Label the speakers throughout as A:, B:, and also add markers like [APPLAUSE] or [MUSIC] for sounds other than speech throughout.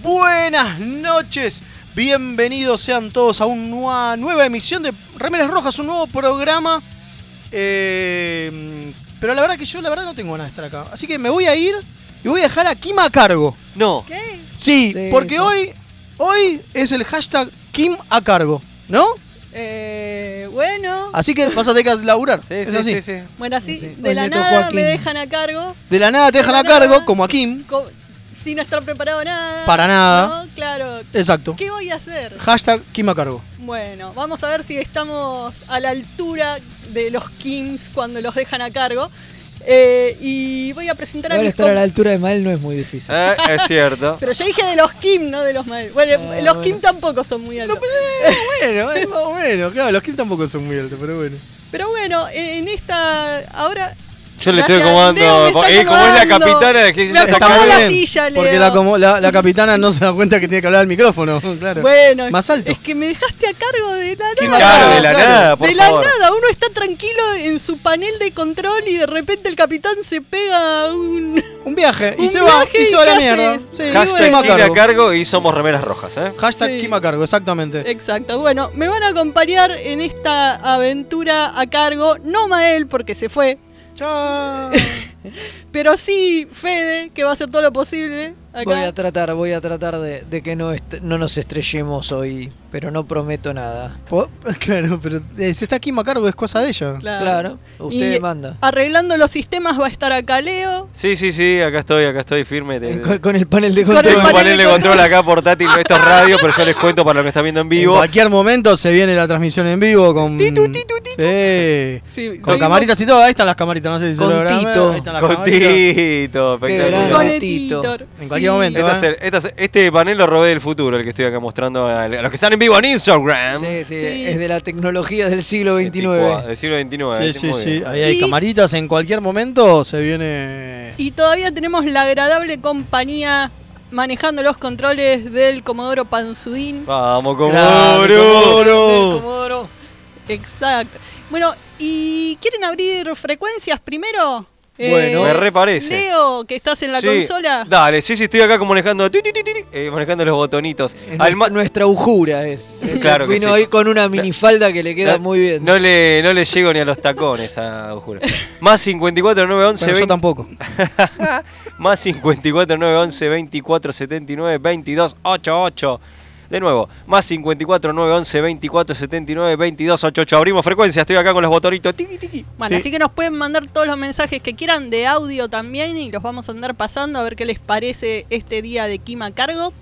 A: buenas noches. Bienvenidos sean todos a una nueva emisión de Remeras Rojas, un nuevo programa. Eh, pero la verdad que yo la verdad no tengo ganas de estar acá. Así que me voy a ir y voy a dejar a Kim a cargo.
B: No.
A: Sí,
C: Sí,
A: porque
C: sí.
A: hoy, hoy es el hashtag Kim a cargo, ¿no?
D: Eh, bueno,
A: Así que vas a tener que laburar.
B: Sí,
A: es
B: sí,
A: así.
B: sí, sí.
D: bueno, así
C: Sí.
D: de
C: Hoy
D: la
C: me tocó
D: nada
C: aquí.
D: me dejan a cargo
A: De la nada te dejan a
D: De la nada.
A: cargo, como a Kim.
D: co- sin estar preparado nada.
A: Para nada.
D: ¿no? Claro.
A: Exacto.
D: ¿Qué voy a hacer?
A: Hashtag Kim a cargo.
D: Bueno, vamos a ver si estamos a la altura de los Kings cuando los dejan a cargo. Eh, y voy a presentar a
C: Igual
D: mis
C: estar a la
D: com-
C: altura de Mael no es muy difícil.
B: Eh, es cierto.
D: Pero yo dije de los Kim, no de los Mael. Bueno,
C: Ah,
D: los
C: bueno.
D: Kim tampoco son muy altos.
A: pues, eh, bueno, es más o menos. Claro, los Kim tampoco son muy altos, pero bueno.
D: Pero bueno, en esta. Ahora.
B: Yo le estoy
D: Gracias,
B: acomodando.
D: Leo, me está
B: eh, como es la
D: acomodando.
B: capitana, dejé que
D: Me
B: ya está
D: acomoda
B: acá.
D: Acomodó la
A: bien,
D: silla, Leo.
A: Porque la, acomo- la- la capitana no se da cuenta que tiene que hablar al micrófono. [LAUGHS] Claro.
D: Bueno, eh,
A: Más alto.
D: es que me dejaste a cargo de la
A: Kim
D: nada.
B: Claro, de la
A: Claro.
B: nada, por
D: de la
B: favor.
D: nada, uno está tranquilo en su panel de control y de repente el capitán se pega a un.
A: [LAUGHS] Un viaje. Y
D: Un
A: se va.
D: viaje,
A: Y
D: ¿y
A: se va a la
D: qué
A: mierda.
D: haces?
A: Sí,
B: Hashtag
A: Kim a
B: Kim a
A: cargo.
B: cargo y somos remeras rojas, ¿eh?
A: Hashtag
D: Sí. Eh,
A: Kim a cargo, exactamente.
D: Exacto. Bueno, me van a acompañar en esta aventura a cargo, no Mael porque se fue,
A: Chao.
D: [LAUGHS] pero sí Fede, que va a hacer todo lo posible. acá.
C: Voy a tratar, voy a tratar de, de que no, est- no nos estrellemos hoy, pero no prometo nada.
A: Po- Claro, pero eh, si está Kim a cargo es cosa de ella.
C: Claro, usted
D: Y
C: manda.
D: Arreglando los sistemas va a estar acá Leo.
B: Sí, sí, sí, acá estoy, acá estoy firme. Te-
C: Con, con el panel de
D: Con
C: control.
B: Tengo
D: el
B: un
D: panel
B: panel de
D: de
B: control acá portátil, esto es radio, pero yo les cuento para los que están viendo en
A: En
B: vivo.
A: cualquier momento se viene la transmisión en vivo con.
D: Titu, titu, titu.
A: Sí.
D: Sí,
A: Con
D: sí,
A: camaritas y todo, ahí están las camaritas, no sé si se
C: Con
A: lo habrán-
C: Tito.
A: Ahí están las camaritas.
B: Contito,
C: grande.
D: Con
B: espectacular.
D: el Titor.
A: En cualquier momento,
B: Esta
A: ¿eh?
B: ser- esta ser- este panel lo robé del futuro, el que estoy acá mostrando a, a los que están en vivo en Instagram.
C: Sí, sí,
D: Sí.
C: es de la tecnología del siglo
B: Antigua-
C: XXIX.
B: Del siglo XXIX.
A: Sí,
B: este,
A: sí,
B: muy
A: sí.
B: bien.
A: Ahí hay
D: Y-
A: camaritas, en cualquier momento se viene.
D: Y todavía tenemos la agradable compañía manejando los controles del Comodoro Panzudín.
B: Vamos,
A: Grande,
B: Comodoro.
A: Comodoro.
C: Comodoro.
D: Exacto. Bueno, ¿y quieren abrir frecuencias primero? Eh,
C: Bueno.
B: Me reparece.
D: Leo, que estás en la
B: Sí,
D: consola.
B: Dale, sí, sí, estoy acá como manejando, ti, ti, ti, ti, eh, manejando los botonitos.
C: Es
B: Al ma-
C: nuestra- nuestra ujura es. Es-
B: Claro que
C: vino
B: sí.
C: ahí con una minifalda que le queda
B: no-
C: muy bien.
B: No le, no le llego ni a los tacones a Ujura. Más 54 9 11
A: Bueno, yo
B: 20
A: tampoco.
B: Más 54 9 11 24 79 22 88. De nuevo, más 54 9 11 24 79 22 88. Abrimos frecuencia, estoy acá con los botonitos. Tiki, tiki.
D: Bueno,
A: Sí.
D: así que nos pueden mandar todos los mensajes que quieran de audio también y los vamos a andar pasando a ver qué les parece este día de Kima a cargo.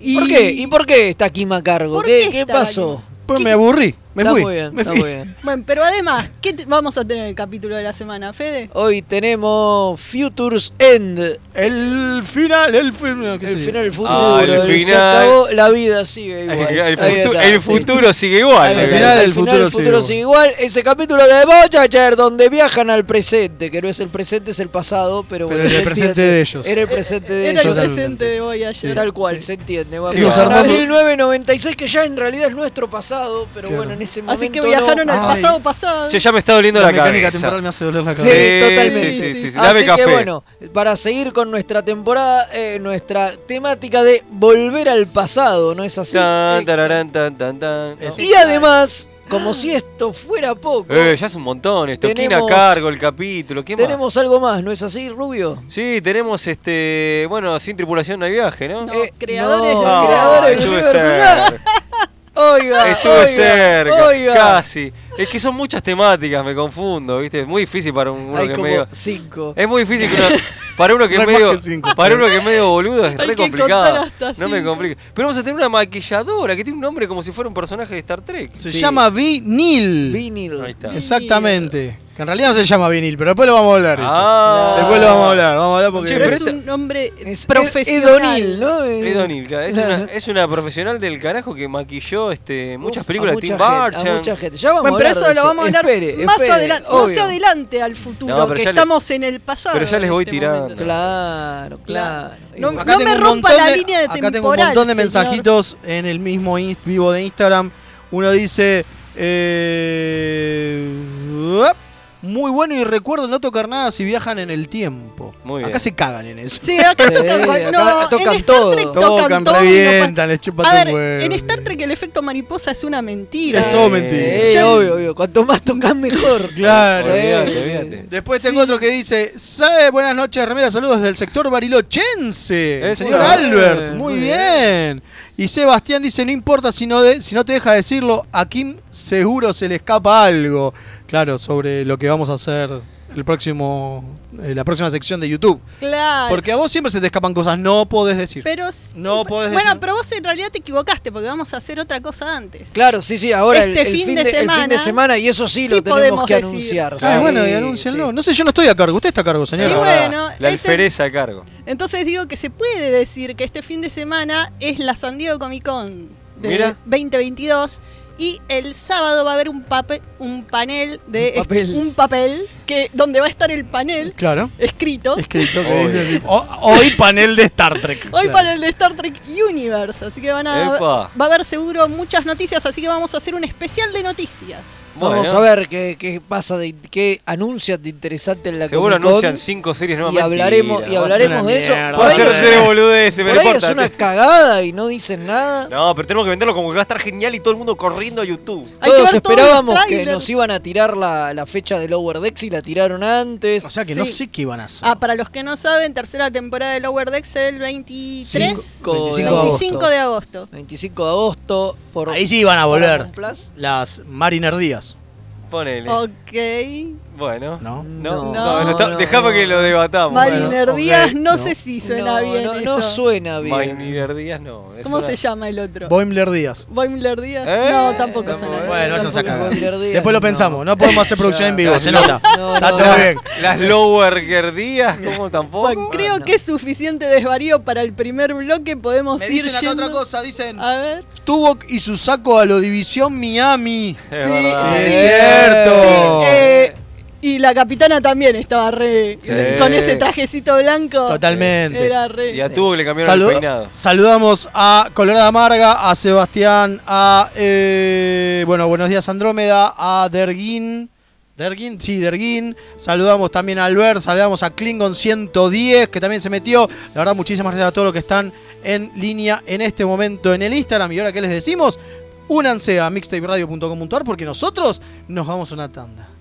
C: ¿Y por qué? ¿Y por qué está Kim a cargo?
D: ¿Por
C: ¿Qué,
D: qué
C: qué
D: está
C: pasó?
A: Pues me aburrí, me
C: está
A: fui.
C: muy bien,
A: me
C: está
A: fui.
C: muy bien.
D: Bueno, pero además, ¿qué te- vamos a tener en el capítulo de la semana, Fede?
C: Hoy tenemos Futures End.
A: El final, el final. ¿qué sé
C: El
A: yo?
C: final del futuro.
B: Ah, el
C: el- se
B: final.
C: acabó, la vida
B: [LAUGHS]
C: sigue
B: El,
C: igual.
B: el
C: Ahí
B: futu-
C: está,
B: el
C: sí.
B: futuro sigue
C: Ahí
B: igual.
C: está,
A: El
C: El
A: final
C: final
A: del futuro
C: del
A: sigue igual.
C: sigue igual. Ese capítulo de Voyager donde viajan al presente, que no es el presente, es el pasado, pero,
A: Pero
C: bueno,
A: era
C: se
A: el presente
C: entiende.
A: de ellos.
C: Era el presente de
D: Era el
C: ellos.
A: totalmente.
D: presente de hoy ayer.
C: Tal cual, se entiende. Bueno,
A: Y los hermosos-
C: 1996, que ya en realidad es nuestro pasado, pero
A: Claro.
C: bueno, en ese momento.
D: Así que viajaron
C: no.
D: al
A: Ay.
D: pasado pasado.
B: Che, ya me está doliendo
A: La,
B: la,
A: mecánica
B: cabeza.
A: temporal me hace doler la
C: Sí,
A: cabeza.
C: totalmente.
B: sí, sí, sí.
C: Así
B: Dame café.
C: que bueno, para seguir con nuestra temporada, eh, nuestra temática de volver al pasado, ¿no es así? Eh,
B: Tan, tararán, tan, tan, tan.
A: Es-
C: Y además, como si esto fuera poco,
B: Eh, ya es un montón esto. ¿Quién a
C: Tenemos-
B: cargo el capítulo? ¿Qué más?
C: tenemos algo más, ¿no es así, Rubio?
B: Sí, tenemos este. Bueno, sin tripulación no hay viaje, ¿no?
D: No,
C: Eh,
D: creadores,
C: no,
D: de-
B: Ah,
C: creadores del
B: estuve
C: universo,
B: cerca.
C: Oiga,
B: [LAUGHS] Estuve
C: oiga,
B: cerca.
C: oiga.
B: Casi. Es que son muchas temáticas, me confundo, ¿viste? Es muy difícil para un- uno
C: Hay
B: que es
C: como
B: medio.
C: cinco.
B: Es muy difícil que
C: [LAUGHS]
B: uno- para uno que
A: No
B: es
A: hay más
B: medio
A: que cinco,
B: para uno que es medio boludo es
D: Hay
B: re
D: que
B: complicado.
D: contar hasta
B: No me
D: cinco.
B: complique. Pero vamos a tener una maquilladora que tiene un nombre como si fuera un personaje de Star Trek.
A: Se
C: Sí.
A: llama vinil.
C: Vinil.
B: Ahí está.
A: Exactamente. Que en realidad no se llama vinil, pero después lo vamos a hablar. eso.
B: Ah.
A: Después lo vamos a hablar, vamos a hablar porque.
B: Che,
D: pero
B: pero
D: es
B: esta-
D: un nombre
C: este Es
D: profesional.
C: Edonil, ¿no?
B: Es Donil, claro. Es
C: Claro. [LAUGHS]
B: una, es una profesional del carajo que maquilló este, muchas
C: Uf,
B: películas
C: a
B: de
C: mucha
B: Tim
C: gente, a
B: Burton.
C: mucha gente. Ya vamos
D: Bueno,
C: a
D: pero
C: hablar
D: eso
C: de
D: lo vamos a hablar
C: Espere,
D: más
C: espere,
D: adelante, más
C: obvio.
D: adelante al futuro,
B: No, pero
D: que
B: ya le-
D: estamos en el pasado.
B: pero ya les
D: en
B: voy
D: este
B: tirando.
D: momento.
C: Claro, claro.
D: No,
C: Igual.
A: Acá
D: no
A: tengo
D: me
A: un
D: rompa
A: montón
D: la línea de
A: Acá tengo un
D: temporal,
A: montón de
D: señor.
A: mensajitos en el mismo in- vivo de Instagram. Uno dice. eh, uop, Muy bueno y recuerden no tocar nada si viajan en el tiempo.
B: Muy bien.
A: Acá se cagan en eso.
D: Sí, acá
C: Sí,
D: tocan,
C: acá
D: no,
C: tocan
D: en Star
C: todo.
D: Trek
A: Tocan,
D: tocan todo. y no
A: revientan, les
D: pa-
A: chupan
D: a
A: un
D: ver,
A: huevo.
D: en Star Trek el efecto mariposa es una mentira.
A: Es todo mentira.
C: Eh,
D: Ya-
C: obvio, obvio. Cuanto más tocas, mejor.
A: Claro.
C: Sí.
B: Olvídate, olvídate.
A: Después tengo otro que dice, "Sae, buenas noches, remera, saludos del sector barilochense.
B: Eso.
A: Señor
B: Muy
A: Albert,
C: bien,
A: muy
C: muy
A: bien. Y Sebastián dice, no importa si no, de- si no te deja decirlo, a Kim seguro se le escapa algo. Claro, sobre lo que vamos a hacer el próximo, eh, la próxima sección de YouTube.
D: Claro.
A: Porque a vos siempre se te escapan cosas, no podés decir.
D: Pero s-
A: No podés
D: Bueno,
A: decir.
D: pero vos en realidad te equivocaste porque vamos a hacer otra cosa antes.
C: Claro, sí, sí, ahora el-
D: Este
C: el,
D: fin
C: fin
D: de
C: de, el fin de
D: semana
C: semana y eso sí,
D: sí
C: lo tenemos
D: podemos
C: que
D: decir.
C: anunciar.
A: Ah,
C: sí,
A: bueno, y anúncienlo.
C: sí.
A: No sé, yo no estoy a cargo, usted está a cargo,
D: Y
B: La
A: señor.
D: bueno,
B: verdad, la
D: este-
B: alfereza a cargo.
D: Entonces digo que se puede decir que este fin de semana es la San Diego Comic Con de
B: Mira.
D: 2022 y el sábado va a haber un papel, un panel de
C: Un papel.
D: un papel que donde va a estar el panel
A: Claro.
D: escrito.
A: Escrito que
B: Obvio.
A: dice así, "O- Hoy panel de Star Trek.
D: Hoy
A: Claro.
D: para el de Star Trek Universe, así que van a
B: Epa.
D: va a haber seguro muchas noticias, así que vamos a hacer un especial de noticias.
B: Bueno,
C: Vamos a ver qué, qué pasa, de, qué anuncian de interesante en la
B: seguro
C: Comic-Con.
B: anuncian cinco series nuevas.
C: y hablaremos, y
B: Mentira,
C: hablaremos
A: una
C: de eso.
A: mierda.
C: Por
B: Va a
C: ahí,
A: Va
B: ser
A: es-
B: serie boludez, me
C: por ahí es
B: importa.
C: una cagada y no dicen nada.
B: No, pero tenemos que venderlo como que va a estar genial y todo el mundo corriendo a YouTube.
D: Hay que
C: Todos
D: ver todos los
C: esperábamos que
D: trailers.
C: nos iban a tirar la, la fecha de Lower Decks y la tiraron antes.
A: O sea que no
D: Sí.
A: sé qué iban a hacer.
D: Ah, para los que no saben, tercera temporada de Lower Decks el 23
C: Cinco-
A: 25 de
D: 25 de agosto.
C: 25 de agosto. Por,
A: Ahí sí iban a
C: por
A: volver.
C: Amazon Plus.
A: Las Mariner Díaz,
B: Ponele.
D: Ok.
B: Bueno.
A: ¿no?
B: No, no,
C: No,
B: no, está-
C: no,
B: dejame
C: no.
B: que lo debatamos.
D: Mariner
A: Bueno, ok,
D: Díaz, no,
A: no.
D: sé si suena
C: no,
D: bien
C: no,
D: eso.
C: no suena bien.
B: Mariner Díaz no. es
D: ¿Cómo
B: una-
D: se llama el otro?
A: Boimler Díaz.
D: Boimler Díaz.
B: Eh,
D: no, tampoco
B: tampoco,
D: suena
B: eh.
D: bien.
A: Bueno, vayan a
C: Tampoco
A: cagar.
C: Boimler Díaz,
A: Después lo
C: no.
A: pensamos, no podemos hacer producción en vivo, se nota.
C: No,
A: Está
C: no,
A: todo
C: no.
A: bien.
B: Las Lower Díaz, ¿cómo tampoco?
D: Bueno, creo
C: no.
D: que es suficiente desvarío para el primer bloque. Podemos ir yendo- Ah.
A: cosa, dicen.
D: A ver.
A: Tuvok y su saco a lo División Miami.
B: Es
D: Sí,
B: verdad.
D: sí.
A: Es cierto.
D: Sí, eh, y la capitana también estaba re.
B: Sí.
D: Con ese trajecito blanco.
A: Totalmente.
D: Era re.
B: Y a tuvo que le cambiaron
A: Saludo-
B: el peinado.
A: saludamos a Colorada Amarga, a Sebastián, a. eh, bueno, buenos días Andrómeda, a Derguín. Derguín, sí, Derguín. Saludamos también a Albert, saludamos a Klingon 110, que también se metió. La verdad, muchísimas gracias a todos los que están en línea en este momento en el Instagram. Y ahora, ¿qué les decimos? Únanse a mixtaperadio.com.ar porque nosotros nos vamos a una tanda.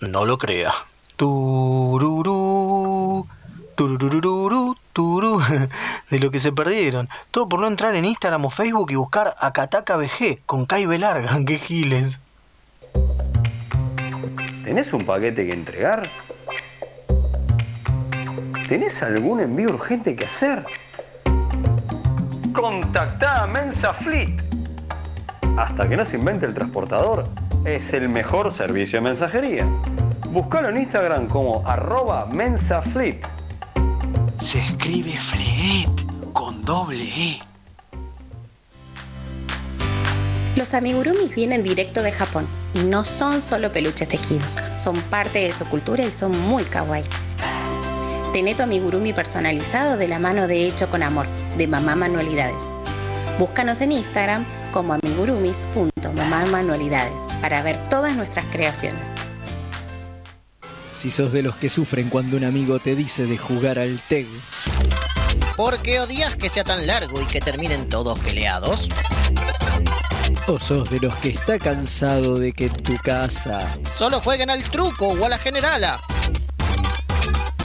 E: no lo crea. Tururú, tururururú, turú. De lo que se perdieron. Todo por no entrar en Instagram o Facebook y buscar a Kataka BG con Kai B larga. [LAUGHS] ¡Qué giles!
F: ¿Tenés un paquete que entregar? ¿Tenés algún envío urgente que hacer? Contactá a Mensa Fleet. Hasta que no se invente el transportador, es el mejor servicio de mensajería. Buscalo en Instagram como arroba mensafleet.
G: Se escribe Fleet con doble E.
H: Los amigurumis vienen directo de Japón y no son solo peluches tejidos, son parte de su cultura y son muy kawaii. Tené tu amigurumi personalizado de la mano de Hecho con Amor, de Mamá Manualidades. Búscanos en Instagram como amigurumis.mamamanualidades para ver todas nuestras creaciones.
C: Si sos de los que sufren cuando un amigo te dice de jugar al TEG,
I: ¿Por qué odias que sea tan largo y que terminen todos peleados?
C: o sos de los que está cansado de que tu casa
I: Solo jueguen al truco o a la generala.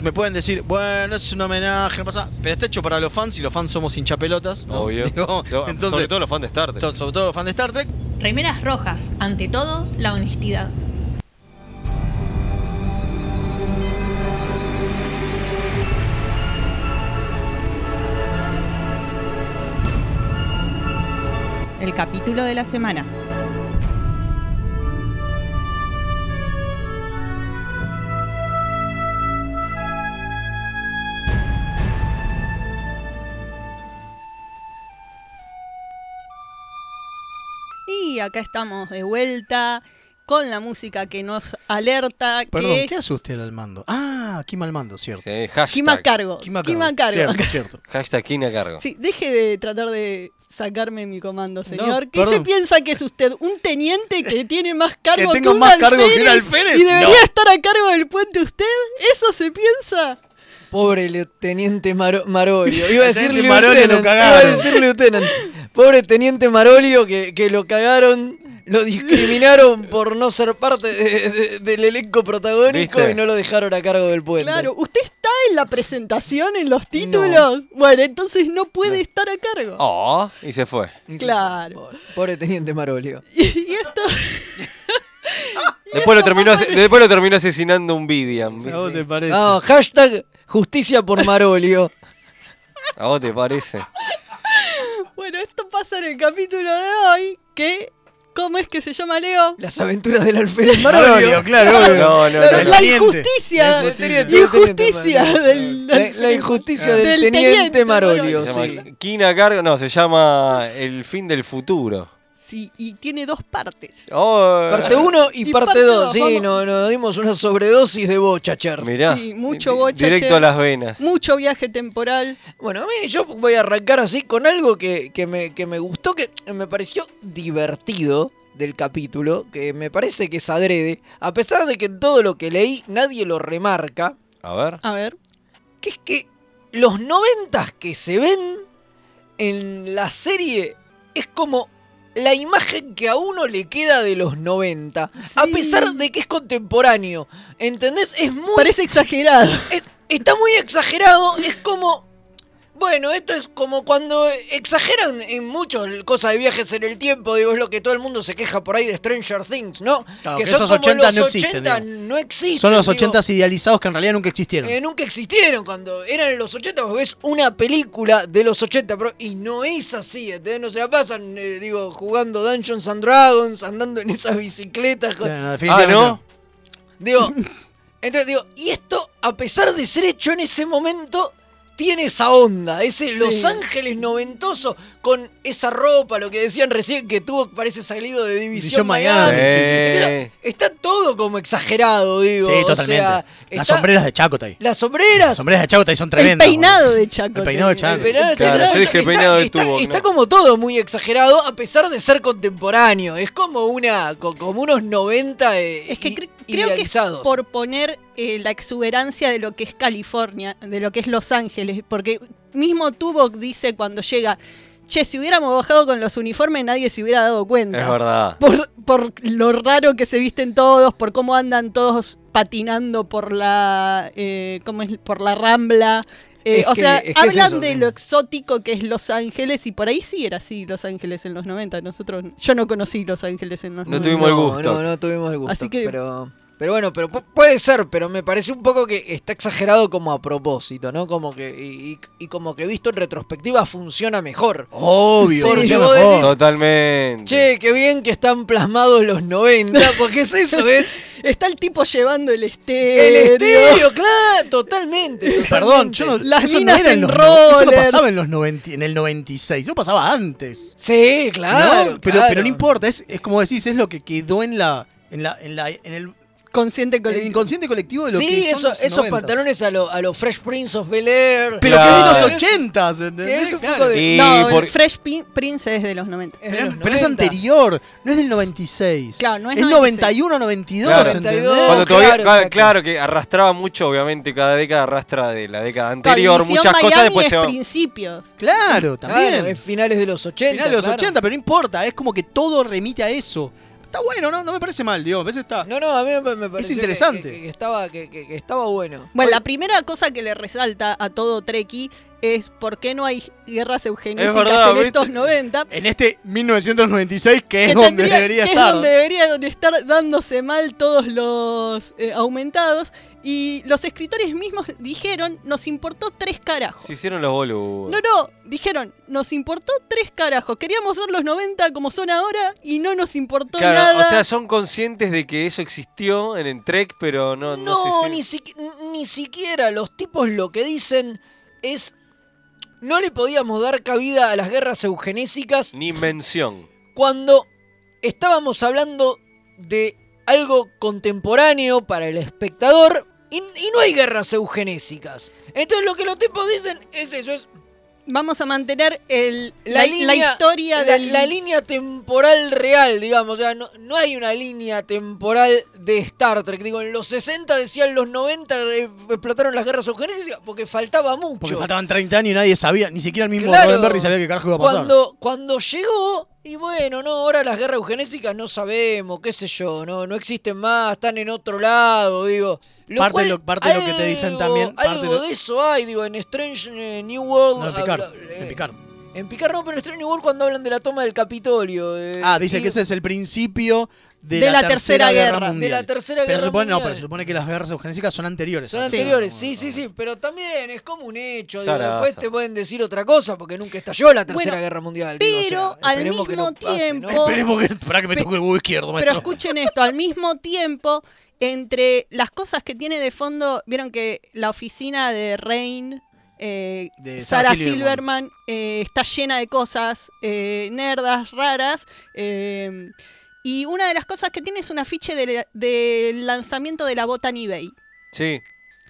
A: Me pueden decir, bueno, es un homenaje, no pasa. Pero está hecho para los fans y los fans somos hinchapelotas. ¿no?
C: [LAUGHS]
A: [LAUGHS]
B: Obvio.
A: Digo,
B: No,
A: entonces,
B: sobre todo los fans de Star Trek.
A: to- sobre todo los fans de Star Trek.
J: Remeras rojas, ante todo, la honestidad.
K: El capítulo de la semana.
D: Y acá estamos de vuelta con la música que nos alerta.
A: Perdón,
D: que
A: ¿qué
D: es
A: asusté al mando? Ah, Kim al mando, cierto.
B: Sí, hashtag.
D: Kim a cargo.
A: Kim a
D: Kim
A: cargo.
D: a cargo.
A: Cierto, cierto.
B: Hashtag Kim a cargo.
D: Sí, deje de tratar de sacarme mi comando, señor. ¿Qué
B: perdón.
D: se piensa que es usted? ¿Un teniente que tiene más cargo que,
A: tengo
D: un
A: más cargo que un alférez?
D: ¿Y debería
A: No.
D: estar a cargo del puente usted? ¿Eso se piensa?
C: Pobre le- teniente Maro- Marolio. Iba a
A: El
C: decir
A: teniente Marolio lo
C: lieutenant,
A: cagaron.
C: iba a decir lieutenant. Pobre teniente Marolio que, que lo cagaron, lo discriminaron por no ser parte de- de- del elenco protagónico
B: ¿Viste?
C: y no lo dejaron a cargo del puente.
D: Claro, ¿usted está en la presentación, en los títulos? Bueno, entonces no puede estar a cargo.
B: Oh, y se fue.
D: Claro. [LAUGHS]
C: Pobre teniente Marolio.
D: Y esto...
B: Después lo, terminó, ase- después lo terminó asesinando un Vidian.
A: [LAUGHS]
B: ¿viste?
A: ¿A vos te parece?
C: No, Ah, hashtag justicia por Marolio.
B: ¿A vos te parece?
D: Bueno, esto pasa en el capítulo de hoy, que... ¿Cómo es que se llama Leo?
C: Las aventuras del
A: [LAUGHS]
C: alférez Marolio.
A: claro.
B: [LAUGHS] No,
A: [LAUGHS]
B: no, no.
D: Pero la
B: Teniente.
D: injusticia,
C: La
D: la
C: injusticia.
D: injusticia del,
C: La, la injusticia del,
D: Ah. Del
C: teniente,
D: teniente
C: Marolio.
B: Se
C: sí.
B: llama Kim a cargo, no, se llama El fin del futuro.
D: Sí, y tiene dos partes.
B: Oh,
C: Parte 1 y,
D: Y parte
C: parte 2.
D: dos,
C: Sí,
D: vamos.
C: no, nos dimos una sobredosis de Bochacher.
B: Mirá.
D: Sí, mucho bocha, che.
B: Directo a las venas.
D: Mucho viaje temporal.
C: Bueno, a mí yo voy a arrancar así con algo que, que me, que me gustó, que me pareció divertido del capítulo, que me parece que es adrede, a pesar de que en todo lo que leí nadie lo remarca,
B: A ver.
D: A ver.
C: que es que los noventas que se ven en la serie es como la imagen que a uno le queda de los 90, a
D: Sí.
C: pesar de que es contemporáneo, ¿entendés? Es muy
D: Parece exagerado.
C: es- está muy exagerado, es como... Bueno, esto es como cuando exageran en muchas cosas de viajes en el tiempo, digo, es lo que todo el mundo se queja por ahí de Stranger Things, ¿no?
A: Claro, que esos 80 no existen,
C: no existen,
A: Son los
C: digo.
A: 80 idealizados que en realidad nunca existieron.
C: Eh, nunca existieron cuando eran en los 80, vos ves una película de los 80, pero y no es así, ¿entendés? No se la pasan, eh, digo, jugando Dungeons and Dragons, andando en esas bicicletas. con-
A: Claro, no,
B: Ah,
A: definitivamente
B: ¿no?
C: Digo, entonces digo, y esto, a pesar de ser hecho en ese momento, tiene esa onda, ese Los Ángeles noventoso, con esa ropa, lo que decían recién, que tuvo, parece salido de
A: División
C: División Miami.
A: Miami, sí,
B: sí.
C: Digo, Está todo como exagerado, digo.
A: Sí, totalmente.
C: O sea,
A: Las
C: está-
A: sombreras de Chacotay.
C: Las sombreras.
A: Las sombreras de Chacotay son tremendas.
D: el peinado de Chaco.
A: El peinado de Chaco.
C: El peinado de
B: Claro,
C: Chaco
B: yo dije
C: está-
B: peinado de
C: está-
B: tubo,
C: Está
B: ¿no?
C: como todo muy exagerado, a pesar de ser contemporáneo. Es como una, co- como unos 90 eh,
D: Es que
C: i-
D: cre- creo que es
C: idealizados.
D: por poner eh, la exuberancia de lo que es California, de lo que es Los Ángeles, porque mismo Tubok dice cuando llega, che, si hubiéramos bajado con los uniformes nadie se hubiera dado cuenta.
B: Es verdad.
D: Por, por lo raro que se visten todos, por cómo andan todos patinando por la, eh, ¿cómo es? por la rambla. Eh,
C: Es
D: o
C: que-
D: sea,
C: es que es
D: hablan
C: eso,
D: de
C: ¿no?
D: lo exótico que es Los Ángeles y por ahí sí era así Los Ángeles en los 90. Nosotros, yo no conocí Los Ángeles en los
B: No
D: 90.
B: tuvimos el gusto.
C: No, no tuvimos el gusto.
D: Así que-
C: Pero Pero bueno, pero pu- puede ser, pero me parece un poco que está exagerado como a propósito, ¿no? Como que y, y- y como que visto en retrospectiva funciona mejor.
A: Obvio,
C: Porque
A: funciona
C: vos
A: mejor.
C: decís,
B: Totalmente.
C: Che, qué bien que están plasmados los 90, porque es
A: [LAUGHS]
C: eso, es
D: Está el tipo llevando el
C: el
D: estéreo.
C: estéreo, claro, totalmente.
A: Perdón,
C: totalmente.
A: yo no,
D: Las
A: eso no
D: minas
A: era
D: en
A: en los no- Eso no
D: rollers.
A: pasaba en, los 90, en el 96, eso pasaba antes.
C: Sí, claro,
A: ¿No? Pero,
C: claro.
A: pero no importa, es, es como decís, es lo que quedó en la en la en la en el
D: Consciente
A: el
D: colectivo.
A: inconsciente colectivo de lo
C: Sí,
A: que son
C: eso-
A: los
C: esos
A: 90s.
C: pantalones a los a lo Fresh Prince of Bel Air.
A: Pero
B: Claro.
A: que de los 80, ¿entendés?
C: Es un
A: Claro.
C: poco de-
B: Y
D: no,
B: por-
D: el Fresh Pin- Prince es de los 90.
C: es de
A: Pero,
C: los
A: pero es
C: 90.
A: anterior, no es del 96.
D: Claro, no es
A: es
D: 96.
A: 91, 92,
B: Claro.
A: ¿entendés?
C: 92.
B: Cuando
C: Claro,
B: todavía, ca- claro,
C: exacto.
B: que arrastraba mucho, obviamente, cada década arrastra de la década
D: Claro,
B: anterior
D: Misión
B: muchas
D: Miami
B: cosas, después
D: es
B: se va.
D: principios.
A: Claro, también.
C: Claro, en finales de los 80.
A: Final de los
C: claro.
A: 80, pero no importa, es como que todo remite a eso. Está bueno, no, no me parece mal, digo, a veces está.
C: No, no, a mí me, me pareció que-
A: interesante.
C: Que, que estaba, que, que- que estaba bueno.
D: Bueno, la primera cosa que le resalta a todo Treki es por qué no hay guerras eugenísticas
B: verdad,
D: en
B: ¿viste?
D: estos 90.
A: En este 1996, que es
D: que
A: donde
D: tendría-
A: debería
D: que
A: estar.
D: Es donde deberían estar dándose mal todos los eh, aumentados. Y los escritores mismos dijeron, nos importó tres carajos.
B: Se hicieron los boludos.
D: No, no, dijeron, nos importó tres carajos. Queríamos ser los 90 como son ahora y no nos importó
B: claro,
D: nada.
B: o sea, son conscientes de que eso existió en el Trek, pero no, no, se
C: No,
B: hicieron-
C: ni, siqui- ni siquiera los tipos lo que dicen es. No le podíamos dar cabida a las guerras eugenésicas
B: ni mención.
C: cuando estábamos hablando de algo contemporáneo para el espectador y, y no hay guerras eugenésicas. Entonces lo que los tipos dicen es eso, es
D: Vamos a mantener el, la, la historia
C: la,
D: del-
C: la línea temporal real, digamos. O sea, no, no hay una línea temporal de Star Trek. Digo, en los 60 decían los 90 eh, explotaron las guerras eugenésicas porque faltaba mucho.
A: Porque faltaban 30 años y nadie sabía, ni siquiera el mismo
C: Claro.
A: Roddenberry sabía qué carajo iba a pasar.
C: Cuando, cuando llegó, y bueno, no, ahora las guerras eugenésicas no sabemos, qué sé yo, no, no existen más, están en otro lado, digo.
A: Parte de lo- parte de lo que te dicen también, parte
C: Algo
A: de lo-
C: de eso hay, digo, en Strange eh, New World.
A: No, en Picard,
C: habla-
A: en
C: eh,
A: Picard.
C: en Picard no, pero en Strange New World cuando hablan de la toma del Capitolio. eh,
A: Ah, dice
C: y-
A: que ese es el principio de,
D: De la Tercera
A: Guerra,
D: Guerra, de
A: Mundial.
C: la Tercera
A: pero
C: Guerra
A: supone, No,
C: Mundial.
A: pero se supone que las guerras eugenésicas son anteriores.
C: Son
A: a la Tercera
C: anteriores,
A: Guerra
C: sí, sí, sí, pero también es como un hecho. digo,
B: Zaraza.
C: después te pueden decir otra cosa porque nunca estalló la Tercera
D: Bueno,
C: Guerra Mundial. digo, o sea,
D: Pero al
C: esperemos que no
D: mismo
C: pase, ¿no?
D: tiempo...
A: Mundial. Esperemos que. Esperá que me toque el huevo izquierdo,
D: Pero
A: maestro.
D: escuchen esto, al mismo tiempo, entre las cosas que tiene de fondo, vieron que la oficina de Rain, eh,
A: De
D: Sarah,
A: Sarah
D: Silverman, eh, está llena de cosas eh, nerdas, raras. eh, y una de las cosas que tiene es un afiche de la- del lanzamiento de la Botany Bay.
B: Sí.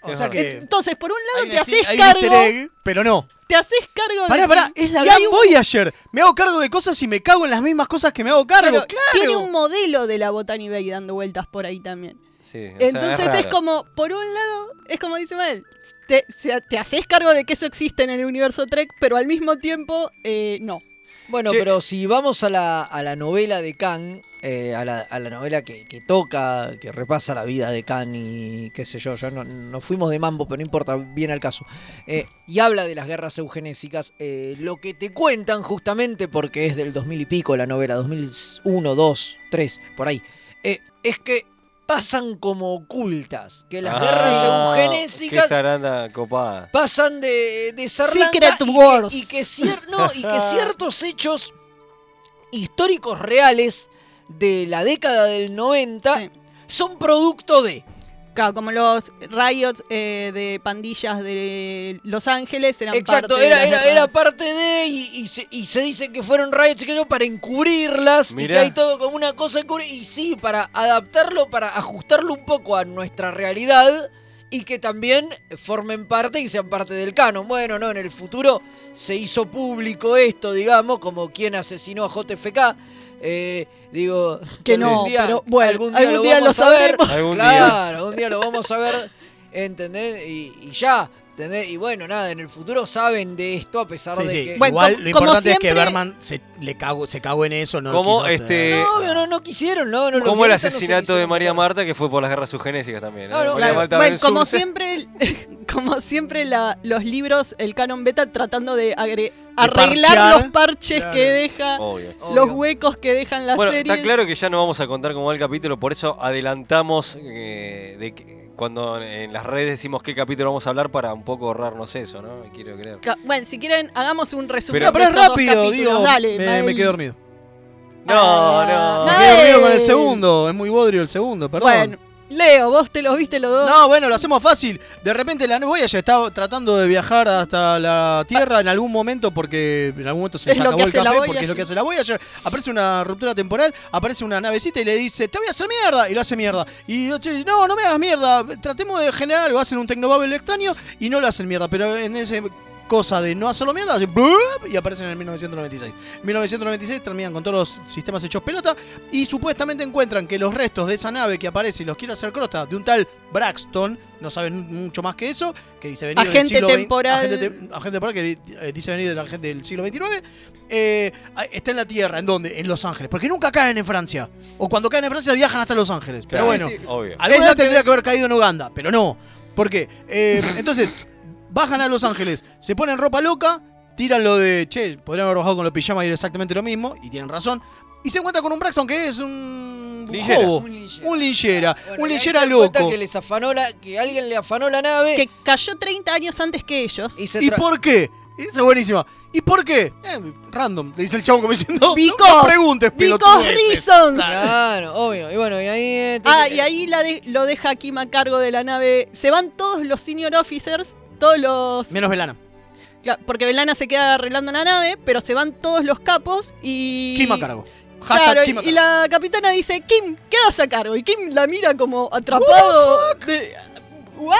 A: o
B: es
A: sea que.
D: Entonces, por un
A: hay
D: lado
A: un
D: te
A: esti-
D: haces
A: hay un
D: cargo,
A: easter egg, pero no.
D: te haces cargo
A: Pará,
D: de
A: pará, es la
D: y
A: gran
D: hay un-
A: Voyager. Me hago cargo de cosas y me cago en las mismas cosas que me hago cargo.
D: claro,
A: Claro.
D: tiene un modelo de la Botany Bay dando vueltas por ahí también.
B: Sí, o sea,
D: Entonces es,
B: raro.
D: como, por un lado, es como dice Mael, te, se- te haces cargo de que eso existe en el universo Trek, pero al mismo tiempo, eh, no.
C: Bueno,
B: Che.
C: pero si vamos a la, a la novela de Kang, eh, a, la, a la novela que, que toca, que repasa la vida de Kang y qué sé yo, ya no- nos fuimos de mambo, pero no importa, viene al caso. Eh, y habla de las guerras eugenésicas, eh, lo que te cuentan justamente, porque es del 2000 y pico la novela, 2001, 2, 3, por ahí, eh, es que pasan como ocultas, que las
B: Ah,
C: guerras
B: Qué
C: eugenésicas
B: zaranda copada.
C: pasan de, de Sarlanga
D: Secret
C: y, que-
D: Wars.
C: y Que, cier- no, y que ciertos hechos históricos reales de la década del 90
D: Sí.
C: son producto de...
D: Claro, como los riots eh, de pandillas de Los Ángeles eran
C: Exacto,
D: parte de
C: era,
D: las
C: era,
D: guerras.
C: era parte de y, y se, y se dice que fueron riots y que yo para encubrirlas y que
B: Mirá.
C: hay todo como una cosa encubri- y sí, para adaptarlo, para ajustarlo un poco a nuestra realidad y que también formen parte y sean parte del canon. Bueno, no, en el futuro se hizo público esto, digamos, como quien asesinó a JFK. eh, digo,
D: Que
C: algún
D: no, pero bueno, algún día lo
C: vamos a ver.
D: sabremos.
B: Algún día.
C: claro, algún día lo vamos a ver. ¿Entendés? Y, y ya. ¿Entendés? Y bueno, nada, en el futuro saben de esto a pesar
A: Sí,
C: de
A: sí.
C: que.
A: Igual lo importante es que Berman se, le cagó, se cagó en eso. No eh,
B: Como,
A: quiso hacer-
B: este,
C: No, no, no, no quisieron, no, no lo
B: como el
C: violentan, no se
B: asesinato
C: hizo.
B: de María Marta, que fue por las guerras eugenésicas también. ¿eh?
D: Claro,
B: María
D: claro.
B: Marta
D: Bueno,
B: Benzurce.
D: como siempre, [LAUGHS] como siempre la- los libros, el canon beta tratando de agre- arreglar
A: parchear.
D: los parches
A: Claro.
D: que deja,
B: [LAUGHS] Oh, Obvio.
D: los huecos que dejan la
B: Bueno,
D: serie.
B: está claro que ya no vamos a contar cómo va el capítulo, por eso adelantamos eh, de que- cuando en las redes decimos qué capítulo vamos a hablar para un poco ahorrarnos eso, ¿no? Quiero creer.
D: Ca- Bueno, si quieren, hagamos un resumen.
B: Pero-
D: de
B: Pero es
D: estos dos
A: rápido,
D: capítulos.
A: digo,
D: Dale,
A: me-
D: Mael.
A: me quedé dormido.
D: Ah,
B: No, no.
A: Me quedé dormido con el segundo. Es muy bodrio el segundo, perdón.
D: Bueno, Leo, vos te los viste los dos.
A: No, bueno, lo hacemos fácil. De repente la voy ya está tratando de viajar hasta la Tierra en algún momento porque en algún momento se
D: Es
A: les
D: lo que
A: acabó el
D: hace la
A: café
D: Voyager.
A: porque es lo que hace la Voyager. Aparece una ruptura temporal, aparece una navecita y le dice, te voy a hacer mierda. Y lo hace mierda. Y yo, che, no, no me hagas mierda. Tratemos de generar algo. Hacen un tecnobabble extraño y no lo hacen mierda. Pero en ese cosa de no hacerlo mierda, hace ¡blup! y aparecen en el 1996. En 1996 terminan con todos los sistemas hechos pelota y supuestamente encuentran que los restos de esa nave que aparece y los quiere hacer crosta de un tal Braxton, no saben mucho más que eso, que dice venir del
D: Agente
A: siglo vein-
D: temporal.
A: agente te- agente temporal que eh, dice venir de la gente del siglo XXIX, eh, está en la Tierra, ¿en dónde? En Los Ángeles, porque nunca caen en Francia. O cuando caen en Francia viajan hasta Los Ángeles. Pero
B: Claro.
A: bueno,
B: Sí, sí, obvio.
A: Alguna vez tendría que haber caído en Uganda, pero no. ¿Por qué? Eh, entonces, bajan a Los Ángeles, se ponen ropa loca, tiran lo de, che, podrían haber bajado con los pijamas y era exactamente lo mismo, y tienen razón, y se encuentra con un Braxton que es un
B: Linchera.
A: jobo,
B: Un
A: un linchera,
C: Bueno,
A: un
C: y ahí se
A: linchera
C: dan cuenta
A: loco.
C: Que, les afanó la- que alguien le afanó la nave.
D: Que cayó 30 años antes que ellos.
C: Y, se
A: ¿Y
C: tra-
A: por qué? Esa es buenísima. ¿Y por qué? Eh, random, le dice el chabón como diciendo, no
D: Because-
A: me preguntes,
D: because
A: pelotudeces".
D: reasons.
C: Claro, obvio. Y bueno, y ahí. eh, tiene-
D: Ah, y ahí la de- lo deja Kim a cargo de la nave. Se van todos los senior officers, todos los...
A: Menos Velana.
D: Claro, Porque Belana se queda arreglando la nave, pero se van todos los capos y...
A: Kim a cargo. Hashtag
D: Claro,
A: Kim a
D: y
A: cargo.
D: la capitana dice, Kim, quedas a cargo. Y Kim la mira como atrapado. de- ¿What?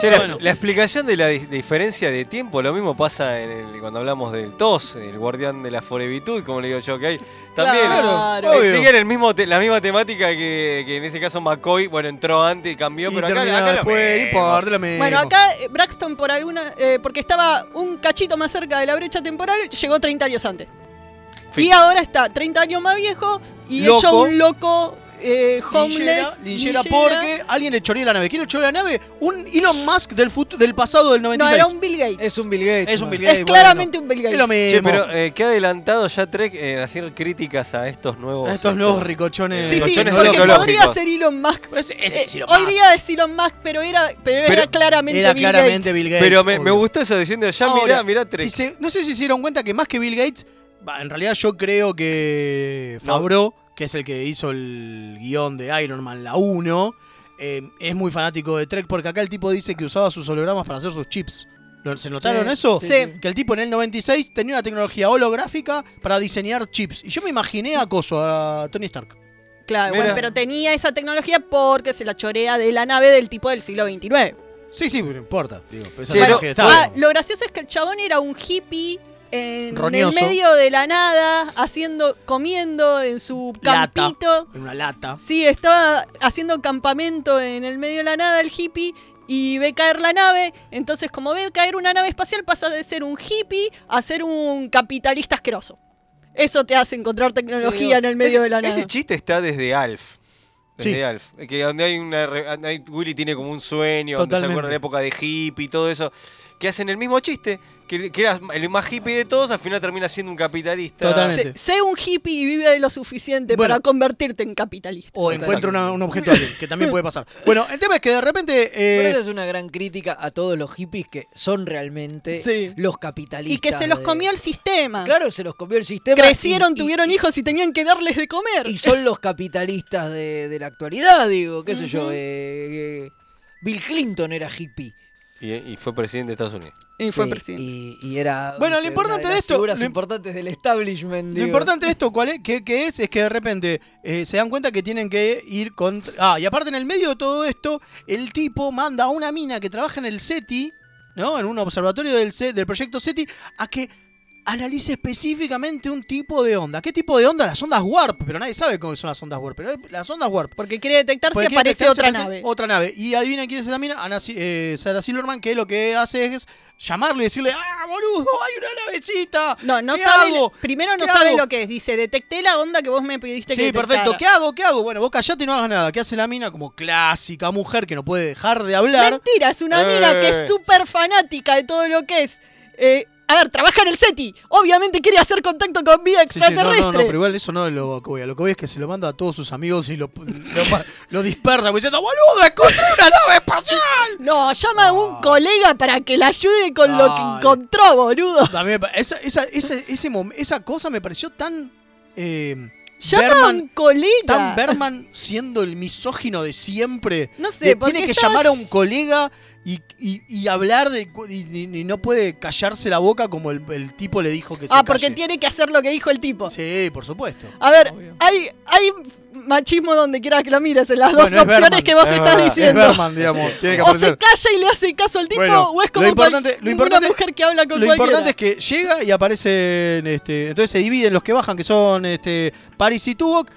B: Che, la, la explicación de la di- diferencia de tiempo, lo mismo pasa en el- cuando hablamos del TOS, el guardián de la forevitud, como le digo yo, que hay. También
D: Claro.
B: eh,
D: Obvio.
B: siguen el mismo te- la misma temática que, que en ese caso McCoy, bueno, entró antes y cambió,
A: Y
B: pero acá,
A: terminó
B: acá lo
A: después, no
B: mismo.
A: importa, lo mismo.
D: Bueno, acá eh, Braxton por alguna... eh, porque estaba un cachito más cerca de la brecha temporal, llegó 30 años antes.
B: Fin.
D: Y ahora está 30 años más viejo y
A: Loco.
D: hecho un loco eh,
A: Linchera,
D: homeless.
A: linchera
D: linchera.
A: porque alguien le choreó la nave. ¿Quién le choreó la nave? Un Elon Musk del, futu- del pasado del
D: No,
A: 96.
D: era un Bill Gates.
C: Es un Bill Gates.
A: Es un Bill
D: Es
A: Gates,
D: claramente un Bill Gates.
A: Es lo
B: Che,
A: mismo.
B: pero eh, qué adelantado ya Trek en hacer críticas a estos nuevos.
A: A estos nuevos ricochones.
D: Sí, sí,
B: eh, Ricochones
D: porque podría
B: tecnológicos.
D: ser Elon Musk. Eh,
A: Este Elon
D: hoy
A: Musk.
D: día es Elon Musk, pero era, pero era
B: Pero-
D: claramente
A: Era
D: Bill
A: claramente
D: Gates.
A: Bill Gates.
B: Pero me, me
A: obvio.
B: gustó eso diciendo, ya
A: Ahora,
B: mirá, mirá Trek.
A: si se- no sé si se dieron cuenta que más que Bill Gates, bah, en realidad yo creo que
B: No.
A: Favreau, que es el que hizo el guión de Iron Man, la 1, eh, es muy fanático de Trek porque acá el tipo dice que usaba sus hologramas para hacer sus chips. ¿Lo- ¿Se notaron
D: Sí,
A: eso?
D: sí, sí.
A: Que el tipo en el 96 tenía una tecnología holográfica para diseñar chips. Y yo me imaginé acoso a Tony Stark.
D: Claro,
B: Mira.
D: bueno, pero tenía esa tecnología porque se la chorea de la nave del tipo del siglo XXIX.
A: Sí, sí, pero no importa. Digo, pero esa
B: Sí,
A: tecnología
B: no,
A: está
D: Ah,
A: bien.
D: lo gracioso es que el chabón era un hippie en el
A: Roñoso.
D: medio de la nada, haciendo, comiendo en su
A: Lata.
D: campito.
A: en una lata.
D: Sí, estaba haciendo campamento en el medio de la nada el hippie y ve caer la nave. Entonces, como ve caer una nave espacial, pasa de ser un hippie a ser un capitalista asqueroso. Eso te hace encontrar tecnología en el medio
B: Ese-
D: de la nada.
B: Ese chiste está desde Alf. Desde
A: Sí.
B: Alf. Que donde hay una. re- donde hay- Willy tiene como un sueño, donde se
A: Totalmente.
B: acuerda de la época de hippie y todo eso. Que hacen el mismo chiste. Que, que era el más hippie de todos, al final termina siendo un capitalista.
A: Totalmente.
D: Sé, sé un hippie y vive lo suficiente
A: Bueno.
D: para convertirte en capitalista.
A: O encuentra una- un objeto alien, que también puede pasar. Bueno, el tema es que de repente. eh,
C: Pero eso es una gran crítica a todos los hippies que son realmente
D: Sí.
C: los capitalistas.
D: Y que se los
C: de-
D: comió el sistema.
C: Claro, se los comió el sistema.
D: Crecieron,
C: y- y-
D: tuvieron hijos y tenían que darles de comer.
C: Y son los capitalistas de, de la actualidad, digo, qué sé yo.
D: Ujú.
C: eh, eh, Bill Clinton era hippie.
B: Y, y fue presidente de Estados Unidos.
D: Y fue
C: Sí,
D: presidente.
C: Y, y era.
A: Bueno, lo
C: viste, una
A: importante
C: las
A: de esto-
C: Figuras
A: lo im-
C: importantes del establishment.
A: Lo
C: digo.
A: importante de esto, ¿cuál es? ¿Qué, qué es? Es que de repente eh, se dan cuenta que tienen que ir contra. Ah, y aparte en el medio de todo esto, el tipo manda a una mina que trabaja en el SETI, ¿no? En un observatorio del, C- del proyecto SETI, a que analice específicamente un tipo de onda. ¿Qué tipo de onda? Las ondas warp, pero nadie sabe cómo son las ondas warp. Pero las ondas warp.
D: Porque quiere detectar
A: Porque
D: si
A: quiere
D: aparece
A: detectar
D: otra
A: si
D: nave.
A: aparece Otra nave. Y adivinen quién es la mina, Ana Si- eh, Sarah Silverman, que lo que hace es llamarle y decirle, ¡ah, boludo! ¡Hay una navecita!
D: No, no
A: ¿Qué
D: sabe.
A: hago?
D: Primero no
A: ¿Qué
D: sabe
A: hago?"
D: lo que es. Dice, detecté la onda que vos me pediste que
A: Sí, perfecto.
D: detectara.
A: ¿Qué hago? ¿Qué hago? Bueno, vos callate y no hagas nada. ¿Qué hace la mina? Como clásica mujer que no puede dejar de hablar.
D: Mentira, es una mina que es
A: Eh.
D: súper fanática de todo lo que es. Eh, a ver, trabaja en el SETI. Obviamente quiere hacer contacto con vida
A: Sí, sí, no, no,
D: extraterrestre.
A: no, pero igual eso no es lo que voy a. Lo que voy es que se lo manda a todos sus amigos y lo, lo, pa- lo dispersa como diciendo, ¡boludo, encontré una nave espacial!
D: No, llama a un colega para que la ayude con lo que
A: Ah. Dale.
D: encontró, boludo.
A: A mí me pa- esa, esa, esa, ese mom- esa cosa me pareció tan. Eh,
D: Llama a
A: Berman-
D: un colega.
A: Tan Berman siendo el misógino de siempre.
D: No sé,
A: de-
D: porque
A: Tiene que
D: estaba-
A: llamar a un colega y, y- y hablar de, cu- y, y- y no puede callarse la boca como el, el tipo le dijo que se
D: Ah, porque Ah,
A: calle.
D: tiene que hacer lo que dijo el tipo.
A: Sí, por supuesto.
D: A ver, hay, hay machismo donde quieras que lo mires, en las dos
A: Bueno, es
D: opciones
A: Berman,
D: que vos
A: es
D: estás
A: verdad, es
D: diciendo.
A: Berman, digamos, tiene que
D: o se
A: aparecer.
D: calla y le hace caso al tipo,
A: Bueno,
D: o es como
A: lo importante-
D: cual-
A: lo importante-
D: una mujer que habla con
A: Lo
D: cualquiera.
A: importante es que llega y aparecen. Este, entonces se dividen los que bajan, que son este, Paris y Tubok.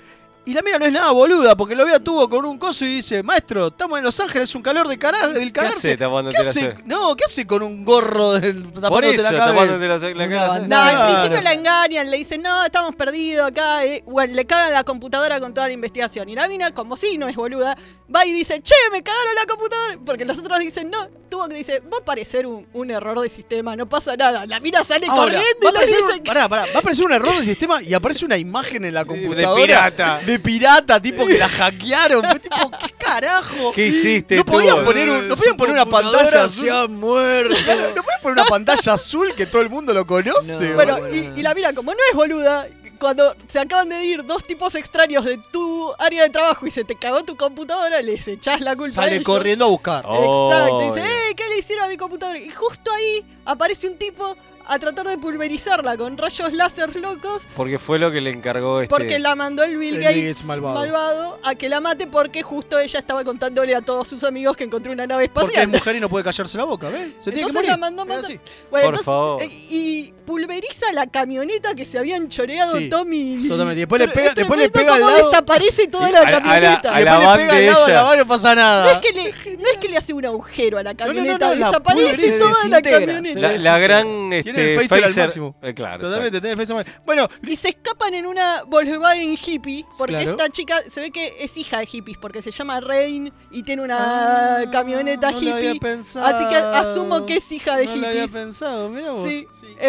A: Y la mira no es nada boluda, porque lo ve a Tubok con un coso y dice: Maestro, estamos en Los Ángeles, un calor de carajo, del
B: ¿Qué
A: cagarse.
B: hace tapándote la
A: hace?
B: ce-
A: No, ¿qué hace con un gorro del- tapándote
B: eso,
A: la cabeza?
B: tapándote la ce- la Una cara,
D: No, al principio la engañan, le dicen, no, estamos perdidos acá. eh". Bueno, le cagan la computadora con toda la investigación. Y la mina, como si no es boluda, va y dice, che, me cagaron la computadora. Porque los otros dicen, no, tuvo que dice, va a aparecer un, un error de sistema, no pasa nada. La mina sale
A: Ahora,
D: corriendo
A: va, a
D: y le
A: aparecer
D: dicen,
A: un, pará, pará, va a aparecer un error del sistema y aparece una imagen en la computadora.
B: pirata.
A: De pirata, tipo que la hackearon. Fue tipo, ¿qué carajo?
B: [LAUGHS] ¿Qué hiciste,
A: No podían
B: Tubok?
A: poner, un- no podían poner una
C: computadora
A: pantalla azul.
C: se ha muerto.
A: [LAUGHS] no podían poner una pantalla azul que todo el mundo lo conoce.
D: Bueno,
A: boludo.
D: y, y la mira, como no es boluda, cuando se acaban de ir dos tipos extraños de tu área de trabajo y se te cagó tu computadora, les echás la culpa. a
A: Sale
D: ellos.
A: corriendo Oh, a buscar.
D: Exacto. Y dice, "Eh, ¿qué le hicieron a mi computadora? Y justo ahí aparece un tipo a tratar de pulverizarla con rayos láser
A: "Eh".
D: locos
A: Este
B: Porque fue lo que le encargó este.
D: porque la mandó el Bill
A: el
D: Gates,
A: Bill Gates malvado.
D: a que la mate porque justo ella estaba contándole a todos sus amigos que encontró una nave
A: Porque es
D: espacial.
A: mujer y no puede callarse la boca, ¿ves? Se tiene que
D: Entonces
A: morir.
D: la mandó a
A: Es
D: matar.
A: así.
D: Bueno,
A: Por
D: entonces,
A: favor.
D: eh, y pulveriza la camioneta que se habían choreado
A: Sí,
D: Tommy.
A: totalmente. Después le
D: Pero este
A: pega-
D: es
A: después le pega
D: tremendo
A: al
D: cómo
A: lado.
D: desaparece toda la
B: a la- a la-
D: camioneta.
B: a la
A: Después
B: van
A: le pega
B: de
A: al lado a la
B: ella.
A: van, no pasa nada.
D: No es, que le, no es que le hace un agujero a la camioneta,
A: no, la
D: desaparece
A: pulveriza,
D: toda la
A: desintegra.
D: camioneta.
B: La, la gran. Este,
A: Tiene el phaser al
B: phaser-
A: máximo.
B: Eh, claro.
A: Totalmente, tiene el face mal. Bueno,
D: Y se escapan en una Volkswagen hippie, porque
A: Claro.
D: esta chica se ve que es hija de hippies, porque se llama Rain y tiene una camioneta
A: Ah, no lo
D: hippie.
A: había pensado.
D: Así que asumo que es hija de
A: no lo había
D: hippies.
A: pensado, mira vos.
D: Sí.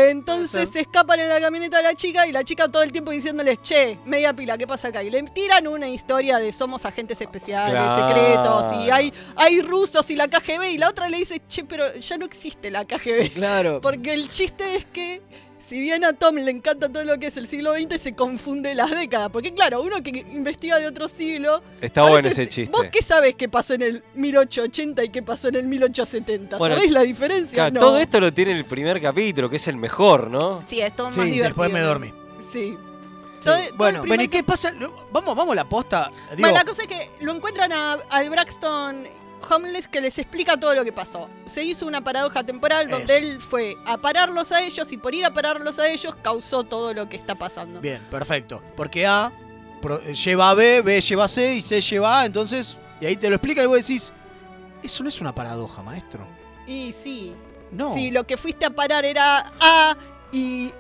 D: Entonces se escapan en la camioneta de la chica y la chica todo el tiempo diciéndoles, che, media pila, ¿qué pasa acá? Y le tiran una historia de somos agentes especiales,
B: Claro.
D: secretos, y hay, hay rusos y la KGB, y la otra le dice, che, pero ya no existe la
B: [LAUGHS]
D: KGB.
C: Claro.
D: Porque el chiste es que, si bien a Tom le encanta todo lo que es el siglo XX, se confunde las décadas. Porque claro, uno que investiga de otro siglo...
B: Está bueno ese chiste.
D: ¿Vos qué sabés qué pasó en el 1880 y qué pasó en el 1870?
B: Bueno,
D: ¿Sabéis la diferencia?
B: Claro,
D: No.
B: Todo esto lo tiene el primer capítulo, que es el mejor, ¿no?
D: Sí, es todo
A: Sí, después me dormí.
D: Sí. Todo- todo el
A: Bueno,
D: primer
A: bueno, ¿y qué pasa? Vamos, vamos a la posta. Digo,
D: Bueno, la cosa es que lo encuentran a- al Braxton Homeless que les explica todo lo que pasó. Se hizo una paradoja temporal donde
A: Eso.
D: él fue a pararlos a ellos y por ir a pararlos a ellos causó todo lo que está pasando.
A: Bien, perfecto. Porque A pro- eh, lleva a B, B lleva a C y C lleva A, entonces. Y ahí te lo explica y vos decís. Eso no es una paradoja, maestro.
D: Y sí,
A: No.
D: si lo que fuiste a parar era A y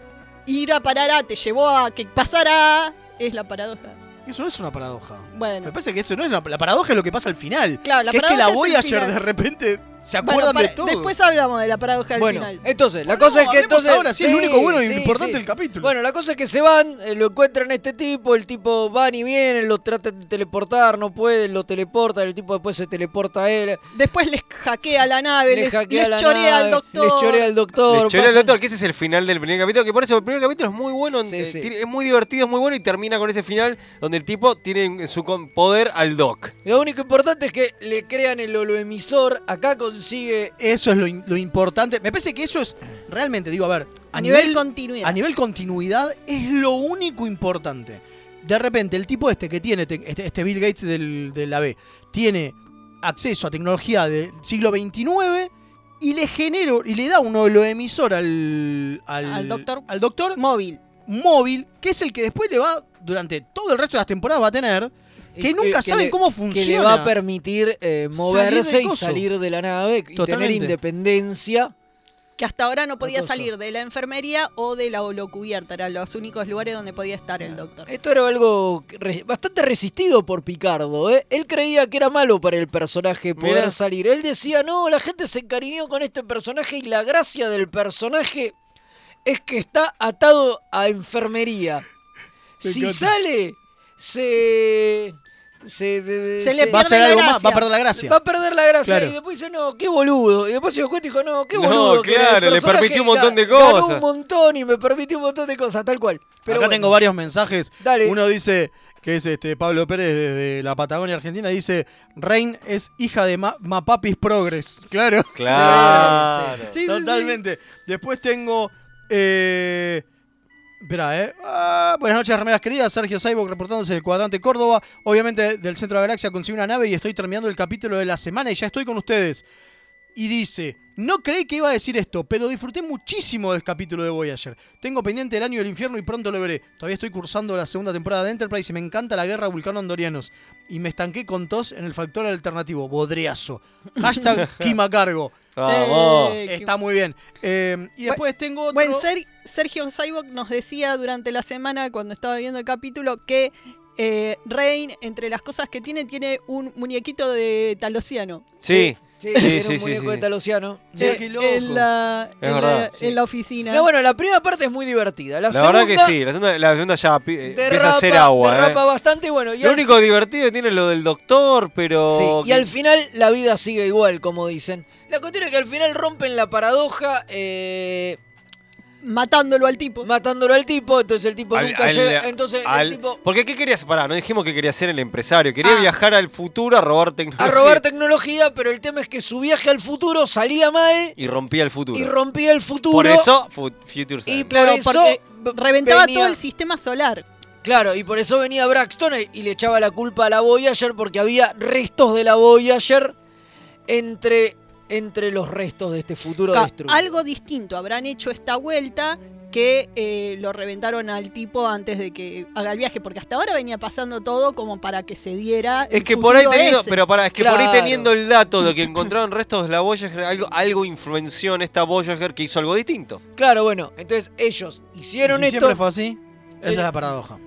D: ir a parar A te llevó a que pasara A, es la paradoja.
A: Eso no es una paradoja. Me
D: Bueno.
A: parece que eso no es una, la paradoja es lo que pasa al final.
D: Claro, la
A: que es que
D: paradoja
A: la
D: es el
A: Voyager
D: final.
A: de repente se
D: Bueno,
A: acuerdan
D: para-
A: de todo.
D: Después hablamos de la paradoja del
C: Bueno,
D: final.
C: entonces, la
A: No,
C: cosa es que
A: hablemos
C: entonces.
A: ahora sí, es lo único bueno y
C: sí,
A: importante
C: sí.
A: del capítulo.
C: Bueno, la cosa es que se van, eh, lo encuentran a este tipo, el tipo van y vienen, lo tratan de teleportar, no pueden, lo teleportan, el tipo después se teleporta a él.
D: Después les hackea la nave,
C: Le
D: les,
C: hackea
D: les
C: la
D: chorea
C: nave,
D: al doctor.
C: les chorea al doctor,
B: Les choré al
C: pasan-
B: doctor, que ese es el final del primer capítulo, que por eso el primer capítulo es muy bueno, eh,
C: sí.
B: tiene- es muy divertido, es muy bueno y termina con ese final donde el tipo tiene en su con- poder al doc.
C: Lo único importante es que le crean el holoemisor, acá consigue.
A: Eso es lo, in- lo importante. Me parece que eso es realmente, digo, a ver, a,
D: A Ah. nivel continuidad.
A: A nivel continuidad es lo único importante. De repente, el tipo este que tiene, te- este, este Bill Gates del, de la B, tiene acceso a tecnología del siglo XXIX y le genera, y le da un holoemisor al, al,
D: Al doctor.
A: al doctor
D: móvil.
A: móvil, que es el que después le va, durante todo el resto de las temporadas va a tener, que
C: Eh,
A: nunca
C: que
A: saben
C: le-
A: cómo
C: Que
A: funciona.
C: le va a permitir eh,
A: Salir
C: moverse
A: del
C: y
A: coso.
C: salir de la nave y tener
A: Totalmente.
C: independencia.
D: Que hasta ahora no podía
C: cosa.
D: salir de la enfermería o de la holocubierta. Eran los únicos lugares donde podía estar el doctor.
C: Esto era algo que re- bastante resistido por Picardo. ¿eh? Él creía que era malo para el personaje poder
B: Mirá.
C: salir. Él decía, no, la gente se encariñó con este personaje y la gracia del personaje es que está atado a enfermería.
A: Me
C: si
A: encanta.
C: sale, se... Se,
D: Se le
A: Va a
D: pierde
A: ser
D: la
A: algo más,
D: gracia.
A: va a perder la gracia.
C: Va a perder la gracia.
A: Claro.
C: Y después dice, no, qué boludo. Y después se dio cuenta y dijo, no, qué
B: No,
C: boludo. que era el
B: claro, le
C: personaje
B: permitió un
C: y ga-
B: montón de
C: ganó
B: cosas.
C: un montón y me permitió un montón de cosas, tal cual. Pero
A: Acá
C: bueno.
A: tengo varios mensajes.
C: Dale.
A: Uno dice que es este Pablo Pérez desde la Patagonia Argentina dice Rain es hija de Ma- Mapapis Progress. Claro.
B: Claro.
D: Sí, sí,
A: Totalmente. Después tengo. Eh, Esperá, eh. Ah, buenas noches, remeras queridas. Sergio Saibok reportándose del cuadrante Córdoba. Obviamente, del centro de la galaxia conseguí una nave y estoy terminando el capítulo de la semana y ya estoy con ustedes. Y dice: No creí que iba a decir esto, pero disfruté muchísimo del capítulo de Voyager. Tengo pendiente el año del infierno y pronto lo veré. Todavía estoy cursando la segunda temporada de Enterprise y me encanta la guerra vulcano-andorianos. Y me estanqué con tos en el factor alternativo, bodreazo.
D: [LAUGHS]
A: Hashtag Kima Cargo.
B: Vamos.
D: Eh,
A: Ah, Está muy bien. Eh, y después tengo otro.
D: Bueno, Ser- Sergio Cyborg nos decía durante la semana, cuando estaba viendo el capítulo, que eh, Rain, entre las cosas que tiene, tiene un muñequito de Talosiano.
B: Sí.
C: Sí,
B: Sí,
C: era
B: sí,
C: un
B: sí.
C: muñeco de
B: sí.
C: Talosiano.
A: Che,
D: Eh,
A: qué loco.
D: en la,
B: Es
D: en la-
B: verdad.
D: en la oficina.
C: No, bueno, la primera parte es muy divertida. La,
B: La
C: segunda
B: verdad que sí, la segunda, la segunda ya pi- eh,
C: derrapa-
B: empieza a hacer agua. eh.
C: derrapa bastante y bueno. Y,
B: Lo
C: al,
B: único divertido tiene lo del doctor, pero.
C: sí, y al final la vida sigue igual, como dicen. La cuestión es que al final rompen la paradoja eh,
D: Matándolo al tipo.
C: matándolo al tipo, entonces el tipo
B: Al-
C: pues, nunca
B: al-
C: llega. Entonces
B: al-
C: el tipo
B: [LAUGHS] Porque ¿qué querías? Pará, no dijimos que quería ser el empresario. Quería
C: Ah.
B: viajar al futuro a robar tecnología.
C: a robar tecnología, pero el tema es que su viaje al futuro salía mal
B: Y rompía el futuro.
C: y rompía el futuro.
B: Por eso, fu- Future
C: y
B: Sam.
C: por
D: Claro,
C: eso
D: porque reventaba
C: venía-
D: todo el sistema solar.
C: Claro, y por eso venía Braxton e- y- y le echaba la culpa a la Voyager porque había restos de la Voyager entre, entre los restos de este futuro
D: Ca-
C: destruido.
D: Algo distinto habrán hecho esta vuelta que eh, lo reventaron al tipo antes de que haga el viaje, porque hasta ahora venía pasando todo como para que se diera. el
B: Es que por ahí
D: futuro
B: teniendo,
D: ese.
B: pero para, es que por ahí
C: Claro.
B: teniendo el
D: [LAUGHS]
B: dato de que encontraron restos de la Voyager, algo, algo influenció en esta Voyager que hizo algo distinto.
C: Claro, bueno, entonces ellos hicieron
A: si
C: esto.
A: siempre fue así. Esa es la paradoja.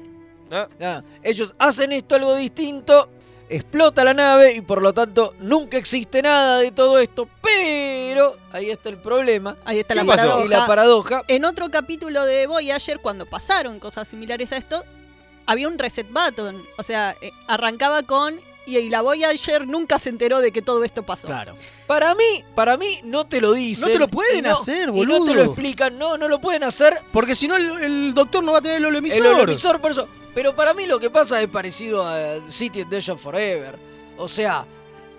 B: ¿Ah?
C: Ah, ellos hacen esto algo distinto, explota la nave y por lo tanto nunca existe nada de todo esto, pero ahí está el problema.
D: Ahí está
B: ¿Qué
D: la
B: pasó?
D: paradoja.
C: Y la paradoja.
D: en otro capítulo de Voyager, cuando pasaron cosas similares a esto, había un reset button. O sea, eh, arrancaba con. Y, y la Voyager nunca se enteró de que todo esto pasó.
A: Claro.
C: Para mí, para mí no te lo dicen.
A: No te lo pueden
C: y no-
A: hacer,
C: Y no te
A: boludo.
C: lo explican, no, no lo pueden hacer
A: Porque si no, el, el doctor no va a tener el holoemisor.
C: El holoemisor, por eso. Pero para mí lo que pasa es parecido a City of Deja Forever. O sea,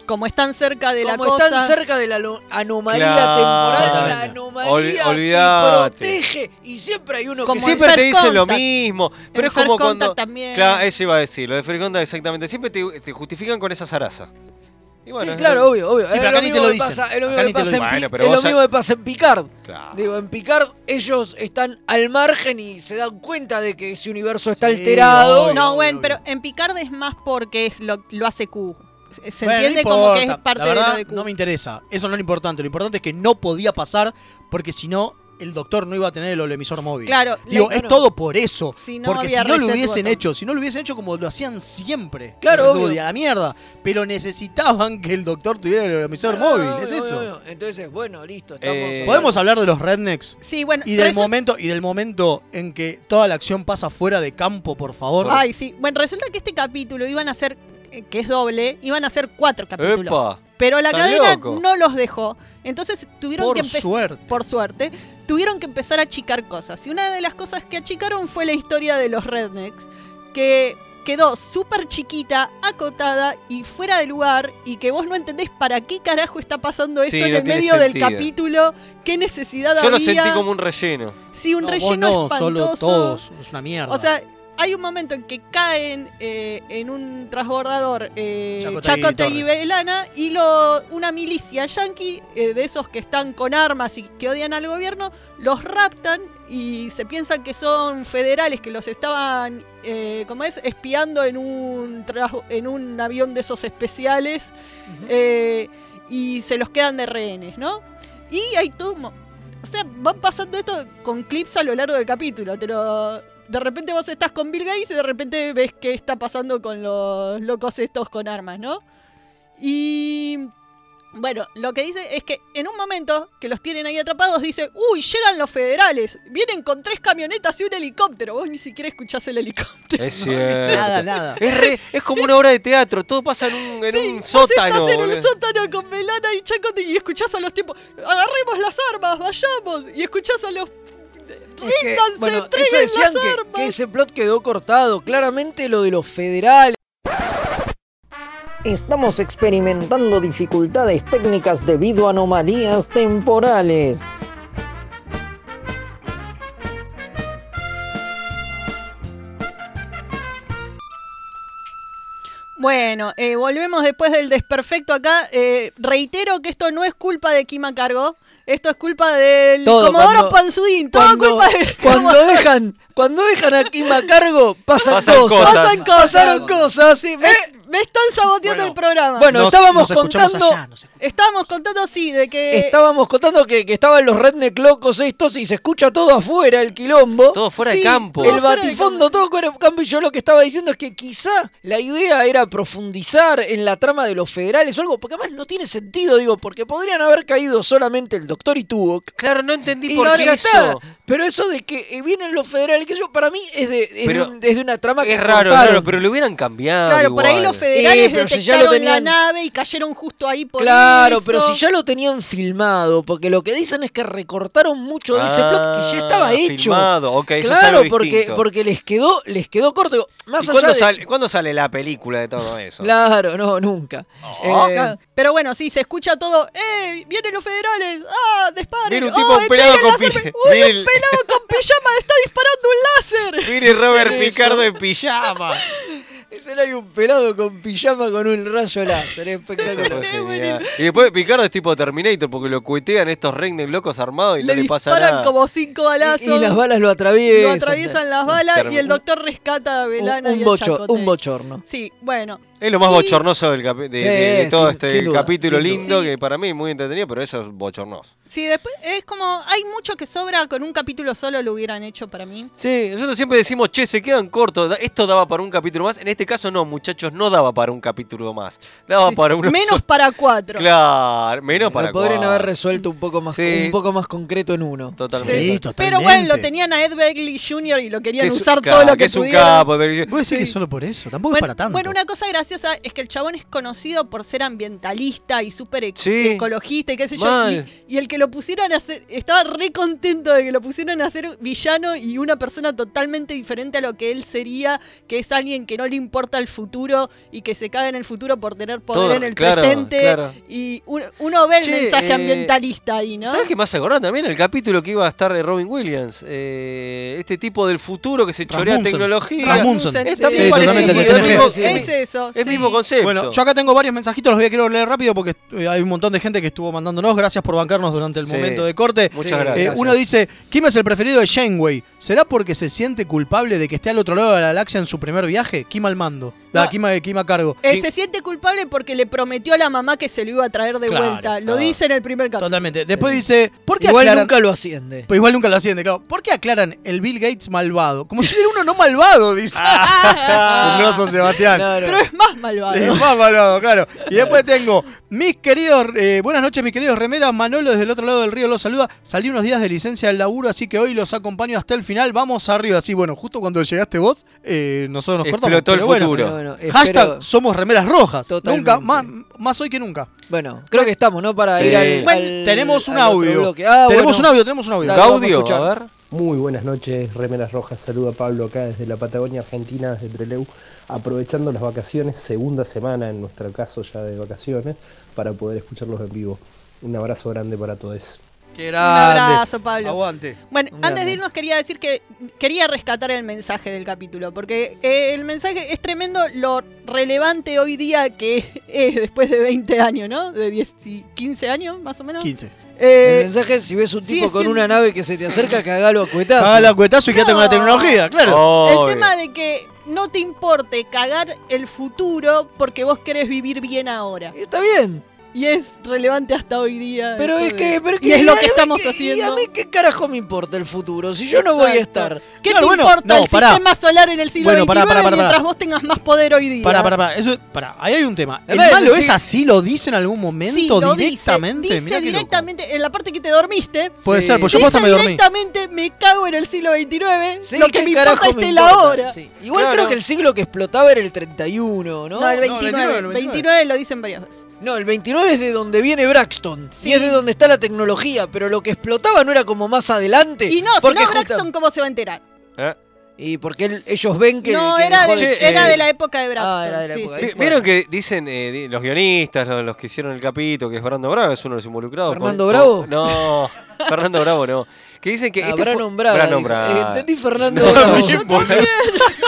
D: Como están cerca de la
C: como
D: cosa.
C: están cerca de la lo- anomalía
B: Claro.
C: temporal, la
A: Ol-
C: anomalía
B: olvidate.
C: te protege. Y siempre hay uno
D: Como
C: que
D: el
B: Siempre
D: Fair
B: te dicen lo
D: Contact.
B: mismo. Pero
D: En
B: es como
D: First Contact
B: cuando.
D: también.
B: Claro, eso iba a decir, lo de Free Contact exactamente. Siempre te, te justifican con esa zaraza. Y
C: Sí,
B: bueno, es
C: claro,
B: lo-
C: obvio, obvio.
A: Sí, pero
C: es
A: acá
C: lo
A: ni te
C: mismo
A: lo
C: que
A: dicen.
C: pasa, es lo
A: Acá
C: mismo
A: ni
C: que
A: te lo
C: pasa en
A: dicen.
C: Pi-
B: Bueno, pero
C: es
B: vos
C: lo
B: ya- Ah.
C: mismo que pasa en Picard.
B: Claro.
C: Digo, en Picard ellos están al margen y se dan cuenta de que ese universo está
A: Sí,
C: alterado.
A: obvio.
D: Oh, No, bueno, pero en Picard es más porque es lo, lo hace Q. Se- Se
A: Bueno, no
D: entiende como que es
A: importa.
D: parte
A: la
D: de
A: verdad,
D: lo de Q.
A: No me interesa. Eso no es lo importante. Lo importante es que no podía pasar porque si no, el doctor no iba a tener el holoemisor móvil.
D: Claro,
A: Digo,
D: la-
A: es
D: no, no.
A: todo por eso.
D: Si no
A: porque si
D: había
A: no lo
D: reset
A: hubiesen
D: button.
A: hecho, si no lo hubiesen hecho como lo hacían siempre.
C: Claro,
A: los
C: obvio.
A: de a la mierda. Pero necesitaban que el doctor tuviera el holoemisor móvil.
C: Obvio,
A: es
C: obvio,
A: eso.
C: obvio. Entonces, bueno, listo, estamos.
B: Eh,
A: Podemos hablar de los rednecks.
D: Sí, bueno,
A: Y del,
D: resu-
A: momento, y del momento en que toda la acción pasa fuera de campo, por favor.
D: Ay, sí. Bueno, resulta que este capítulo iban a ser, eh, que es doble, iban a ser cuatro capítulos.
B: Epa.
D: Pero la
B: Está
D: cadena
B: loco.
D: no los dejó. Entonces tuvieron
A: Por
D: que empe-
A: suerte.
D: Por suerte. Tuvieron que empezar a achicar cosas. Y una de las cosas que achicaron fue la historia de los rednecks. Que quedó súper chiquita, acotada y fuera de lugar. Y que vos no entendés para qué carajo está pasando esto
B: Sí,
D: en
B: no
D: el
B: tiene
D: medio del
B: sentido.
D: capítulo. ¿Qué necesidad
B: Yo
D: había? [LAUGHS]
B: lo sentí como un relleno.
D: Sí, un
A: No, vos
D: relleno
A: no,
D: espantoso.
A: solo todos. Es una mierda.
D: O sea, hay un momento en que caen eh, en un transbordador eh,
I: Chacotegui
D: Chacotegui y
I: Torres.
D: Belana y lo, una milicia yanqui eh, de esos que están con armas y que odian al gobierno los raptan y se piensan que son federales que los estaban eh, ¿cómo es espiando en un tras- en un avión de esos especiales eh, y se los quedan de rehenes, ¿no? Y hay todo un mo- o sea, van pasando esto con clips a lo largo del capítulo, pero de repente vos estás con Bill Gates y de repente ves qué está pasando con los locos estos con armas, ¿no? Y bueno, lo que dice es que en un momento que los tienen ahí atrapados, dice, uy, llegan los federales, vienen con tres camionetas y un helicóptero, vos ni siquiera escuchás el helicóptero.
B: Es cierto.
D: Nada, nada.
B: Es, re- es como una obra de teatro, todo pasa en un, [LAUGHS] en un
D: Vos estás
B: sótano. eh.
D: en el
B: boludo.
D: sótano con Melana y Chacote y escuchás a los tipos, agarremos las armas, vayamos, y escuchás a los...
C: Es que,
D: Ríndanse,
C: bueno, eso
D: entreguen
C: decían
D: las
C: que-
D: armas.
C: que ese plot quedó cortado. Claramente lo de los federales.
L: Estamos experimentando dificultades técnicas debido a anomalías temporales.
D: Bueno, eh, volvemos después del desperfecto acá. Eh, reitero que esto no es culpa de Kima Cargo. Esto es culpa del
C: Todo,
D: Comodoro
C: cuando-
D: Panzudín. Todo culpa de
C: [LAUGHS] Cuando dejan, cuando dejan a Kim a cargo, pasan,
B: Pasan
C: cosas.
B: cosas.
C: Pasan cosas. Eh, Pasaron cosas, sí. Me,
D: [LAUGHS] me están saboteando el programa.
C: Bueno,
B: Nos-
C: estábamos
B: nos escuchamos
C: contando.
B: allá,
D: Estábamos contando, sí, de que.
C: Estábamos contando que, que estaban los redneck locos estos y se escucha todo afuera, el quilombo.
B: Todo fuera de campo.
C: El batifondo, todo fuera de campo. Y yo lo que estaba diciendo es que quizá la idea era profundizar en la trama de los federales o algo, porque además no tiene sentido, digo, porque podrían haber caído solamente el doctor y Tuvok.
B: Claro, no entendí
C: Y
B: por
C: ya
B: qué
C: está.
B: eso.
C: Pero eso de que eh, vienen los federales, que yo para mí es de, es
B: Pero
C: de un- es de una trama que
B: Es raro, es
C: cortaron.
B: raro, pero lo hubieran cambiado.
D: Claro, por ahí
B: igual.
D: los federales
C: Eh, pero si ya
D: detectaron
C: lo
D: la
C: tenían-
D: nave y cayeron justo ahí por
C: Claro, pero
D: eso.
C: si ya lo tenían filmado, porque lo que dicen es que recortaron mucho de ese plot que ya
B: Ah,
C: estaba hecho.
B: filmado, ok, eso es
C: claro,
B: algo
C: porque,
B: distinto.
C: porque les quedó, les quedó corto. Digo, Más
B: ¿Y
C: allá
B: cuándo,
C: de-
B: sale, cuándo sale la película de todo eso?
C: Claro, no, nunca.
B: Oh.
C: Eh,
D: Claro. Ah, Pero bueno, sí, se escucha todo. ¡Eh! ¡Vienen los federales! ¡Ah! ¡Disparen!
B: Viene un
D: ¡Ah,
B: tipo pelado
D: entreguen
B: con
D: las
B: pi-
D: armas! ¡Uy,
B: viene
D: un
B: el-
D: pelado con pijama está disparando un láser!
B: [LAUGHS] Mire Robert
C: Sí,
B: Picardo
C: eso.
B: en [LAUGHS] pijama.
C: es el hay un pelado con pijama con un
B: [LAUGHS]
C: rayo láser. es
B: Eso
C: Espectacular.
B: fue genial. y después Picardo es tipo Terminator porque lo cuetean estos redneck locos armados y no le pasa
D: Disparan
B: nada.
D: como cinco balazos.
C: Y las balas lo
D: Lo
C: atraviesan.
D: atraviesan las balas y el doctor rescata a
C: un,
D: Belana y
C: un,
D: a
C: bocho-
D: Chacote.
C: un bochorno.
D: Sí, bueno.
B: Es lo más
D: Y-
B: bochornoso del capi- de,
C: Sí,
B: de- de todo
C: sin-
B: este
C: sin duda,
B: capítulo
C: sin duda.
B: lindo
D: Sí.
B: que para mí es muy entretenido, pero eso es bochornoso.
D: Sí, después es como. Hay mucho que sobra con un capítulo solo lo hubieran hecho para mí.
B: Sí, nosotros siempre decimos, che, se quedan cortos, da- esto daba para un capítulo más. En este caso no, muchachos, no daba para un capítulo más. Daba para uno
D: Menos
B: solo.
D: para cuatro.
B: Claro, menos para
C: Lo podrían
B: cuatro.
C: haber resuelto un poco más,
B: Sí.
C: un poco más concreto en uno.
B: Totalmente.
D: Pero bueno, lo tenían a Ed Begley Jr. y lo querían
B: Que es un-
D: usar
B: claro,
D: todo lo que,
B: es un
D: pudieran.
B: capo. pero-
A: Voy a decir que solo por eso, tampoco es para
D: Bueno,
A: tanto.
D: bueno, una cosa graciosa es que el chabón es conocido por ser ambientalista y súper ec-
B: Sí.
D: ecologista y qué sé yo.
B: Mal.
D: Y, y el que lo pusieron a hacer, estaba re contento de que lo pusieron a ser villano y una persona totalmente diferente a lo que él sería, que es alguien que no le importa el futuro y que se caga en el futuro por tener poder
B: Todo,
D: en el
B: claro,
D: presente.
B: claro.
D: Y un- uno ve el
B: Che,
D: mensaje
B: eh,
D: ambientalista ahí, ¿no?
B: ¿Sabes qué más acordó también? El capítulo que iba a estar de Robin Williams. Eh, este tipo del futuro que se chorea
A: Rasmussen.
B: tecnología.
A: Rasmussen.
B: Es
A: Sí,
B: también
A: totalmente,
B: parecido,
A: el de
B: es
A: TNG.
B: mismo-
D: Es eso,
B: Es
D: sí.
B: mismo concepto.
A: Bueno, yo acá tengo varios mensajitos, los voy a quiero leer rápido porque eh, hay un montón de gente que estuvo mandándonos. Gracias por bancarnos durante el
B: Sí.
A: momento de corte.
B: Muchas
A: Eh,
B: gracias.
A: uno dice, Kim es el preferido de Janeway. ¿Será porque se siente culpable de que esté al otro lado de la galaxia en su primer viaje? Kim al mando. Da,
D: No.
A: Kim, a- Kim a cargo.
D: Eh, se siente culpable porque le prometió a la mamá que se lo iba a traer de
A: Claro,
D: vuelta. Lo
B: ah.
D: dice en el primer capítulo.
A: Totalmente. Después
C: Sí.
A: dice, ¿por qué
C: Igual
A: aclaran?
C: nunca lo asciende.
A: Pues igual nunca lo asciende, claro. ¿Por qué aclaran el Bill Gates malvado? Como si hubiera uno no malvado, dice.
C: Ah.
A: [LAUGHS] Un grosso Sebastián.
C: Claro.
D: Pero es más malvado.
A: Eh, más malvado, claro. Y después tengo, mis queridos, eh, buenas noches, mis queridos remeras. Manolo desde el otro lado del río los saluda. Salí unos días de licencia del laburo, así que hoy los acompaño hasta el final. Vamos arriba. Así, bueno, justo cuando llegaste vos, eh, nosotros nos cortamos.
B: Explotó el
A: pero bueno.
B: futuro.
C: Bueno, espero-
A: Hashtag somos remeras rojas.
C: Totalmente.
A: Nunca, más, más hoy que nunca.
C: Bueno, creo que estamos, ¿no? Para
B: Sí.
C: ir al,
A: Bueno,
C: al-
A: tenemos un
C: al otro
A: audio.
C: bloque. Ah,
A: tenemos
C: bueno.
A: un audio, tenemos un audio.
C: Dale, vamos a
B: Gaudio,
C: escuchar.
B: a ver.
M: Muy buenas noches, Remeras Rojas. Saluda Pablo acá desde la Patagonia Argentina, desde Trelew, aprovechando las vacaciones, segunda semana en nuestro caso ya de vacaciones, para poder escucharlos en vivo. Un abrazo grande para todos.
A: Qué
D: Un
A: grande.
D: abrazo, Pablo.
A: Aguante.
D: Bueno,
A: Un
D: antes
A: grande.
D: de irnos quería decir que quería rescatar el mensaje del capítulo, porque eh, el mensaje es tremendo lo relevante hoy día que [LAUGHS] es después de 20 años, ¿no? De 10 y 15 años, más o menos.
A: 15.
D: Eh,
C: el mensaje es si ves un
D: sí,
C: tipo
D: es
C: con
D: el-
C: una nave que se
D: [LAUGHS]
C: te acerca, cagalo a cuetazo.
A: Cagala a cuetazo y quédate con la
D: No.
A: tecnología, claro.
B: Oh.
D: El tema de que no te importe cagar el futuro porque vos querés vivir bien ahora.
C: Está bien.
D: Y es relevante hasta hoy día.
C: Pero
D: eso
C: es
D: de-
C: que, pero
D: y es lo
C: a
D: que
C: mí
D: estamos
C: qué-
D: haciendo.
C: ¿Y a mí qué carajo me importa el futuro? Si yo no voy a
D: Exacto.
C: estar.
D: ¿Qué
A: Claro,
D: te
A: bueno,
D: importa
A: no,
D: el
A: pará.
D: sistema solar en el siglo
A: Bueno, pará,
D: XXI
A: pará, pará,
D: mientras
A: pará.
D: vos tengas más poder hoy día?
A: Pará, pará, pará. Eso, pará, ahí hay un tema. ¿El
C: Además,
A: malo
C: sí.
A: es así? ¿Lo dice en algún
D: Sí,
A: momento
D: lo
A: directamente?
D: Dice,
A: Mirá
D: dice
A: qué loco.
D: directamente en la parte que te dormiste.
A: Puede ser, porque yo
D: dice
A: posta me dormí.
D: directamente me cago en el siglo XXIX.
C: Sí,
D: lo que
C: ¿qué
D: me
C: carajo
D: importa es
C: me
D: el
C: importa?
D: ahora.
C: Sí. Igual
D: Claro.
C: creo que el siglo que explotaba era el 31, ¿no?
D: No, el 29.
C: 29.
D: 29 lo dicen varias veces.
C: No, el 29 es de donde viene Braxton.
D: Sí.
C: Y es de donde está la tecnología. Pero lo que explotaba no era como más adelante.
D: Y no, si
C: porque
D: no,
C: justa-
D: Braxton, ¿cómo se va a enterar?
C: Y porque él- ellos ven que.
D: no,
C: que-
D: era, del-
C: joder,
D: era
C: eh,
D: de la época de Braxton.
C: Ah, era de la
D: sí,
C: época
D: sí,
C: de
D: sí.
B: Vi- ¿Vieron que dicen eh, di- los guionistas, lo- los, que hicieron el capítulo, que es Fernando Bravo, es uno de los involucrados? con-
C: ¿Fernando
B: con-
C: Bravo?
B: no, Fernando Bravo no. Que dicen que...
C: Ah,
B: este
C: Brano
B: fue-
C: Brada,
B: Brano
C: dijo.
B: Brada.
C: Eh, Entendí Fernando
B: No,
C: Bravo.
B: bien, bueno. [LAUGHS]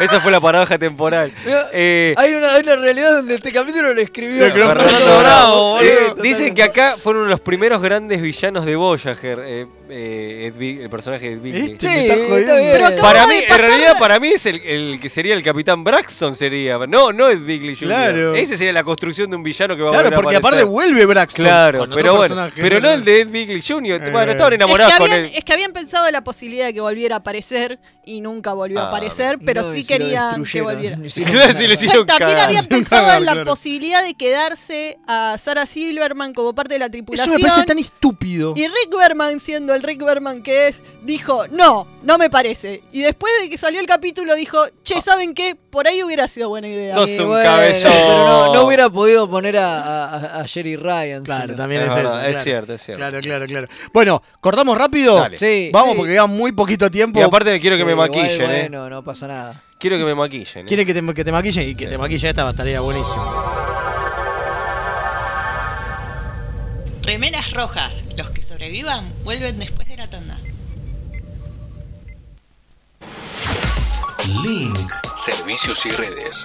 B: Esa fue la paradoja temporal.
C: Mira,
B: Eh,
C: Hay una, hay una realidad donde este capítulo lo escribió.
B: Fernando
C: Fernando
B: Bravo,
C: Sí,
B: eh,
C: totalmente.
B: dicen que acá fueron uno de los primeros grandes villanos de Voyager, eh, eh, Ed Big- el personaje de Ed Bigny.
A: Este me está
C: Sí, está
A: jodiendo.
C: bien. Pero acá-
B: Para
D: Acaba
B: mí,
D: de
B: en
D: pasar-
B: realidad, para mí es el, el que sería el Capitán Braxton, sería. No, no es Bigley Jr.
A: Claro.
B: Esa sería la construcción de un villano que va a
A: Claro,
B: volver a
A: porque aparte
B: aparecer.
A: vuelve Braxton.
B: Claro,
A: con otro
B: pero bueno,
A: personaje,
B: pero no
A: claro.
B: el de Ed Bigley Jr.
A: Eh.
B: Bueno, estaban
D: Es que,
B: enamorados con
D: habían,
B: él.
D: es que habían pensado la posibilidad de que volviera a aparecer y nunca volvió
B: Ah,
D: a aparecer, pero
C: No, y
D: sí
C: se lo
D: querían que
C: destruyeron. [LAUGHS]
D: volviera.
C: Le hicieron
B: Claro,
C: cagar.
B: sí, lo hicieron
D: También
B: cagar. [LAUGHS]
D: habían
A: Sí, un
D: pensado
A: cagar,
D: en la
A: claro.
D: posibilidad de quedarse a Sarah Silverman como parte de la
A: Eso
D: tripulación.
A: me parece tan estúpido.
D: Y Rick Berman, siendo el Rick Berman que es, dijo, no, no me parece. Y después de que salió el capítulo dijo, che, ¿saben qué? Por ahí hubiera sido buena idea.
B: Ah. Sos
C: Sí,
B: un
C: bueno,
B: cabezón.
C: Eh, Pero no, no hubiera podido poner a, a- a Jerry Ryan.
A: Claro,
C: sino-
A: también
B: Es
A: es,
B: verdad,
A: eso.
B: es
A: claro.
B: cierto, es cierto.
A: Claro, claro, claro. Bueno, cortamos rápido.
B: Dale.
C: Sí,
A: Vamos
C: sí.
A: porque queda muy poquito tiempo.
B: Y aparte quiero que
C: Sí,
B: me
C: igual,
B: maquillen, eh.
C: Bueno, no pasa nada.
B: Quiero que me maquillen. eh.
A: Quiere que te, que te maquille y que te maquille esta tarea buenísima.
J: Remeras rojas. Los que sobrevivan vuelven después de la tanda.
N: Link. Servicios y redes.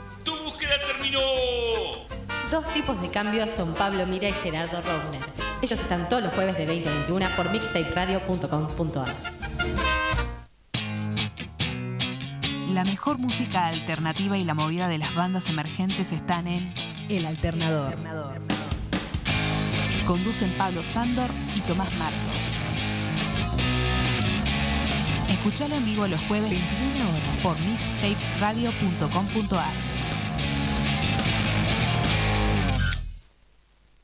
O: tu búsqueda terminó.
P: Dos tipos de cambios son Pablo Mira y Gerardo Rosner. Ellos están todos los jueves de 20 a 21 por mixtaperadio.com.ar.
Q: La mejor música alternativa y la movida de las bandas emergentes están en El Alternador. Conducen Pablo Sándor y Tomás Marcos. Escuchalo en vivo los jueves 21 horas por mixtaperadio.com.ar.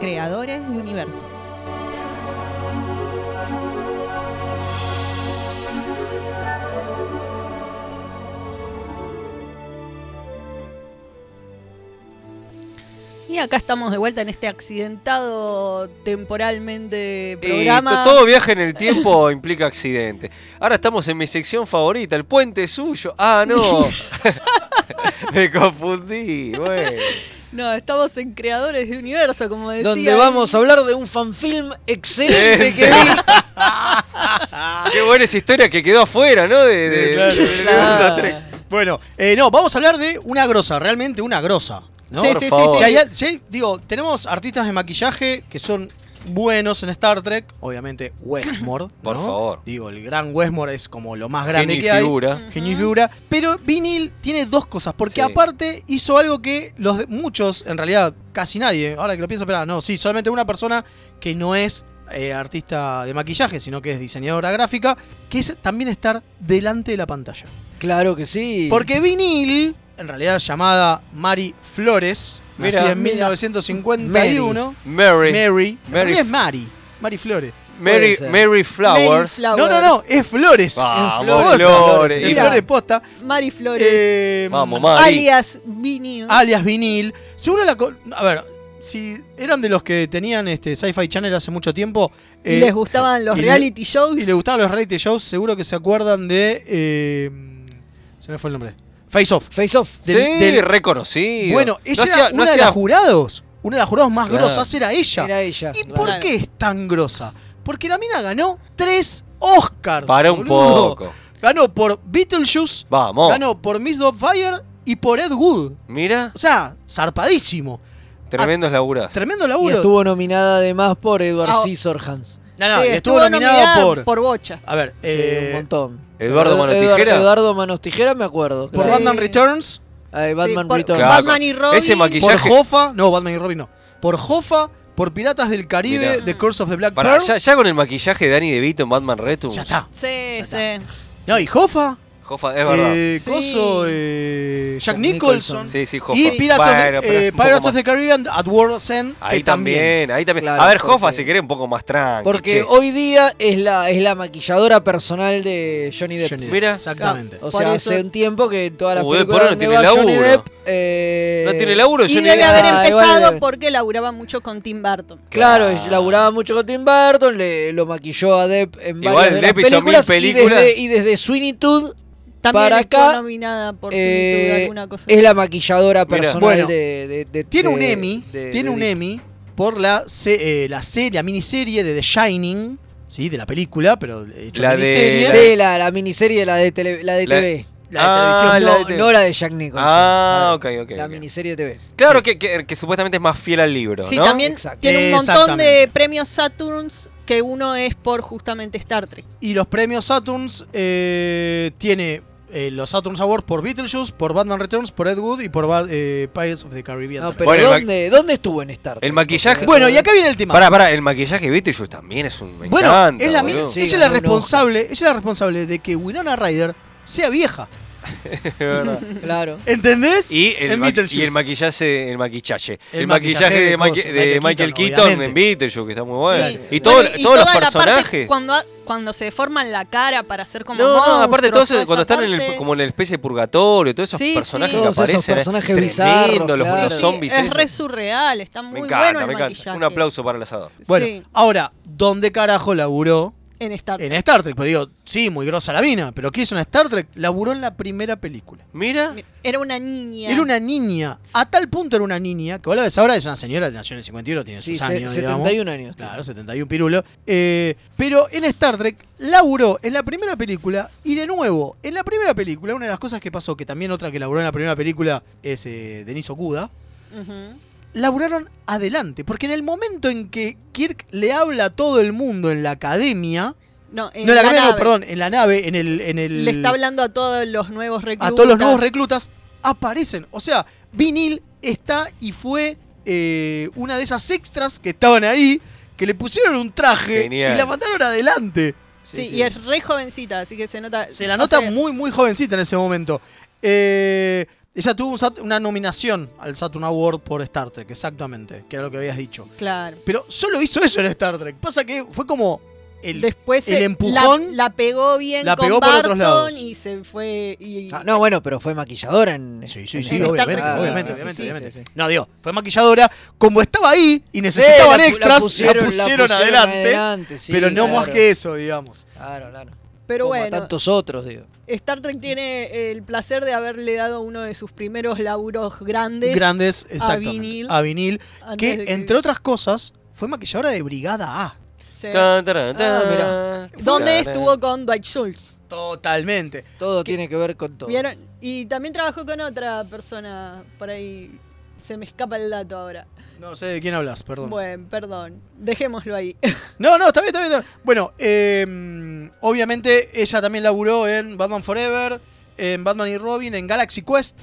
K: Creadores de universos.
D: Y acá estamos de vuelta en este accidentado
A: Eh,
D: temporalmente
B: Y
D: programa.
B: Eh, to- todo viaje en el tiempo implica accidente. Ahora estamos en mi sección favorita, el puente suyo. Ah, no. Me confundí, güey.
D: No, estamos en creadores de universo, como decía.
C: Donde vamos a hablar de un fanfilm excelente que
B: Qué buena esa historia que quedó afuera, ¿no? De, de- de-
A: [LAUGHS]
B: de-
A: Bueno, eh, no, vamos a hablar de una grosa, realmente una grosa. ¿no?
B: Sí, Por sí, sí, favor. sí.
A: Si hay al- si hay- digo, tenemos artistas de maquillaje que son buenos en Star Trek, obviamente Westmore.
B: Por
A: ¿no?
B: favor.
A: Digo, el gran Westmore es como lo más grande
B: Genio y
A: que hay.
B: figura.
D: Mm.
A: Genio y figura. Pero Vinyl tiene dos cosas, porque aparte hizo algo que los de- muchos, en realidad casi nadie, ahora que lo pienso, pero no, sí, solamente una persona que no es eh, artista de maquillaje, sino que es diseñadora gráfica, que es también estar delante de la pantalla.
C: Claro que sí.
A: Porque Vinil, en realidad llamada Mari Flores,
B: Mira.
A: nacida en
B: Mira.
A: 1951. Mary.
B: Mary. Mary.
A: Mary. es Mari. Mari Flores.
B: Mary- Puede ser. Mary Flowers. Mary
A: No, no, no, es Flores.
B: Vamos,
A: Es posta.
B: Flores.
A: Es
B: Mira.
A: Flores posta.
D: Mari Flores.
A: Eh, Ah,
B: Vamos, Mari.
D: Alias Vinil.
A: alias vinil. Seguro la. co- A ver, si eran de los que tenían este Sci-Fi Channel hace mucho tiempo.
D: Y les gustaban los
A: eh, y le-
D: reality shows.
A: Y les gustaban los reality shows, seguro que se acuerdan de. eh, se me fue el nombre. Face Off.
C: Face Off.
B: sí, reconocido.
A: Bueno,
B: No
A: ella
B: hacía-
A: era
B: no
A: una de
B: hacía-
A: las jurados. Una de las jurados más
B: Claro.
A: grosas era ella.
C: Era ella.
A: ¿Y por qué es tan grosa? Porque la mina ganó tres Oscars.
B: Para un
A: boludo.
B: poco.
A: Ganó por Beetlejuice.
B: Vamos.
A: Ganó por Miss Fire y por Ed Wood.
B: Mira,
A: O sea, zarpadísimo.
B: tremendos laburazos.
A: Tremendo
C: Y
A: laburo.
C: estuvo nominada además por Edward
A: Ah,
C: Scissorhands.
A: No, no, Sí, y estuvo estuvo nominado nominada por- por
D: Bocha.
A: A ver, eh,
C: un montón.
B: Eduardo Mano
C: Eduardo-
B: Tijera.
C: Eduardo Manos Tijera, me acuerdo.
A: Por
C: Sí.
A: Batman Returns.
C: Ay, Batman
A: por
C: Returns.
B: Claro. Batman y Robin. Ese maquillaje-
A: Por Hoffa. No, Batman y Robin no. Por Hoffa, por Piratas del Caribe,
B: Mirá.
A: The Curse of the Black
B: Pará,
A: Pearl.
B: ya, ya con el maquillaje de Danny DeVito en Batman Returns.
A: Ya está.
D: Sí, sí.
A: No, y Hoffa.
B: Jofa, es verdad.
A: Eh,
D: Sí.
A: Coso, eh, Jack Nicholson.
B: Sí, sí, Hoffa.
A: Y Pirates,
B: Bueno,
A: of,
B: pero
A: eh,
B: un poco
A: Pirates
B: más.
A: of the Caribbean at World's End. que
B: Ahí también, ahí también. a ver, Jofa se quiere un poco más tranqui.
C: Porque
B: che.
C: hoy día es la, es la maquilladora personal de Johnny Depp.
A: Johnny Depp,
B: Mira.
A: exactamente.
C: O
D: Por
C: sea,
D: eso-
C: hace un tiempo que en todas las
B: Uy,
C: películas
B: por ahora no
C: donde
B: tiene
C: va Johnny
B: laburo.
C: Depp, eh,
B: No tiene laburo,
D: Y
B: Johnny
D: debe haber
C: Ah, igual
D: empezado
C: debe-
D: porque laburaba mucho con Tim Burton.
C: Claro,
B: Ah.
C: laburaba mucho con Tim Burton, le, lo maquilló a Depp en
B: Igual
C: varias de las
B: Depp hizo mil
C: películas,
B: películas.
C: Y desde, y desde Sweeney Todd
D: También
C: para
D: estuvo
C: acá
D: nominada por
C: eh,
D: Similitud, alguna cosa.
C: es la maquilladora personal
A: Bueno,
C: de, de- de-
A: Tiene
C: de-
A: un Emmy,
C: de-
A: tiene
C: de
A: un
C: Disney.
A: Emmy por la, se- eh, la serie, la miniserie de The Shining, sí, de la película, pero hecho
B: La de-
A: miniserie.
B: la-
C: Sí, la, la miniserie, la de, tele- la de
B: La-
C: TV.
A: La de televisión,
B: Ah,
C: no,
B: la de TV.
C: no la de Jack Nicholson.
B: Ah, ok, ok.
C: la
B: ok.
C: miniserie de TV.
B: Claro que, que- que supuestamente es más fiel al libro,
D: Sí,
B: ¿no?
D: también
C: Exacto.
D: tiene un montón
A: Exactamente.
D: de premios Saturns que uno es por justamente Star Trek.
A: Y los premios Saturns eh, tiene eh, los Saturns Awards por Beetlejuice, por Batman Returns, por Ed Wood y por Ba- eh, Pirates of the Caribbean.
C: No,
A: también.
B: Bueno,
C: pero
B: el ma-
C: ¿dónde, ¿dónde estuvo en Star Trek?
B: El maquillaje.
A: bueno, y acá viene el tema.
B: Pará, pará, el maquillaje de Beetlejuice también es un. Me
A: bueno,
B: encanta,
A: es la, mi-
B: boludo.
A: ella es la responsable, ella es la responsable de que Winona Ryder sea vieja. [LAUGHS]
B: Es verdad.
C: Claro.
A: ¿Entendés?
B: Y el,
A: En
B: ma-
A: Beetlejuice.
B: y el maquillaje, el maquillaje, el,
A: El
B: maquillaje,
A: maquillaje
B: de,
A: de
B: Ma-
A: coso,
B: de
A: Michael
B: Michael
A: Keaton,
B: Keaton, en
A: obviamente.
B: Beetlejuice, que está muy bueno.
A: Sí.
B: Y, todo-
D: Bueno, y
B: todos los
D: toda la parte
B: personajes.
D: cuando, ha- cuando se deforman la cara para hacer como.
B: No, no,
D: monstruos,
B: aparte de todo eso,
D: toda
B: cuando
D: esa
B: están en el,
D: parte.
B: como en la especie de purgatorio, todos esos
D: Sí,
B: personajes
D: sí.
B: que
C: Todos esos
B: aparecen. ¿eh?
C: personajes
B: Tremendo,
C: bizarros,
B: los,
C: claro.
B: los
D: Sí,
B: zombies.
D: es
B: esos.
D: re surreal, está muy
B: me
D: bueno
B: encanta,
D: el
B: me encanta.
D: maquillaje.
B: Un aplauso para el asador.
A: Bueno,
D: Sí.
A: ahora, ¿dónde carajo laburó
D: en Star Trek.
A: En Star Trek, pues digo, sí, muy grosa la mina, pero ¿qué hizo en Star Trek? Laburó en la primera película.
B: Mira.
D: Era una niña.
A: Era una niña, a tal punto era una niña, que vos la ves ahora, es una señora, nació en el 51, tiene
C: Sí,
A: sus
C: se-
A: años,
C: 71
A: digamos.
C: años.
A: Claro, 71 pirulo. Eh, pero en Star Trek laburó en la primera película y de nuevo, en la primera película, una de las cosas que pasó, que también otra que laburó en la primera película es eh, Denise Okuda,
D: Ujú.
A: laburaron adelante, porque en el momento en que Kirk le habla a todo el mundo en la academia,
D: No, en
A: no en la,
D: la
A: academia, no,
D: nave.
A: perdón, en la nave, en el... En el
D: Le está hablando a todos los nuevos reclutas.
A: a todos los nuevos reclutas aparecen. O sea, Vinil está y fue eh, una de esas extras que estaban ahí, que le pusieron un traje
B: Genial.
A: y la mandaron adelante.
D: Sí, y es re jovencita, así que se nota.
A: Se la nota
D: o sea,
A: muy, muy jovencita en ese momento. Eh, ella tuvo un Sat- una nominación al Saturn Award por Star Trek, exactamente, que era lo que habías dicho.
D: Claro.
A: Pero solo hizo eso en Star Trek. Pasa que fue como el,
D: Después
A: el
D: se-
A: empujón.
D: La, la pegó bien
A: La
D: con
A: pegó por otros
D: Barton
A: lados.
D: y se fue. Y,
C: Ah, no, bueno, pero fue maquilladora en.
A: Sí, sí,
C: en
A: sí,
C: Star
A: obviamente,
C: Trek. Ah,
A: obviamente,
C: sí,
A: obviamente,
C: sí, sí,
A: obviamente.
C: sí, sí.
A: No, digo, fue maquilladora. Como estaba ahí y
C: Sí, la
A: necesitaban
C: pu- la
A: extras, la pusieron,
C: pusieron- la pusieron
A: adelante.
C: adelante, sí,
A: pero no más
C: claro.
A: que eso, digamos.
C: Claro, claro.
D: pero
C: Como a
D: bueno,
C: tantos otros, digo.
D: Star Trek tiene el placer de haberle dado uno de sus primeros laburos grandes.
A: Grandes, exactamente.
D: vinil.
A: A vinil.
D: Antes
A: que,
D: de que-
A: entre otras cosas, fue maquilladora de Brigada A.
D: Sí.
B: Tan, taran,
C: Ah, mirá.
B: tan.
D: Donde
B: Taran.
D: eh. estuvo con Dwight Schultz.
A: Totalmente.
C: Todo tiene que ver con todo.
D: ¿Vieron? Y también trabajó con otra persona por ahí. Se me escapa el dato ahora.
A: No sé de quién hablas, perdón.
D: Bueno, perdón. Dejémoslo ahí.
A: No, no, está bien, está bien. está bien. Bueno, eh, obviamente ella también laburó en Batman Forever, en Batman y Robin, en Galaxy Quest,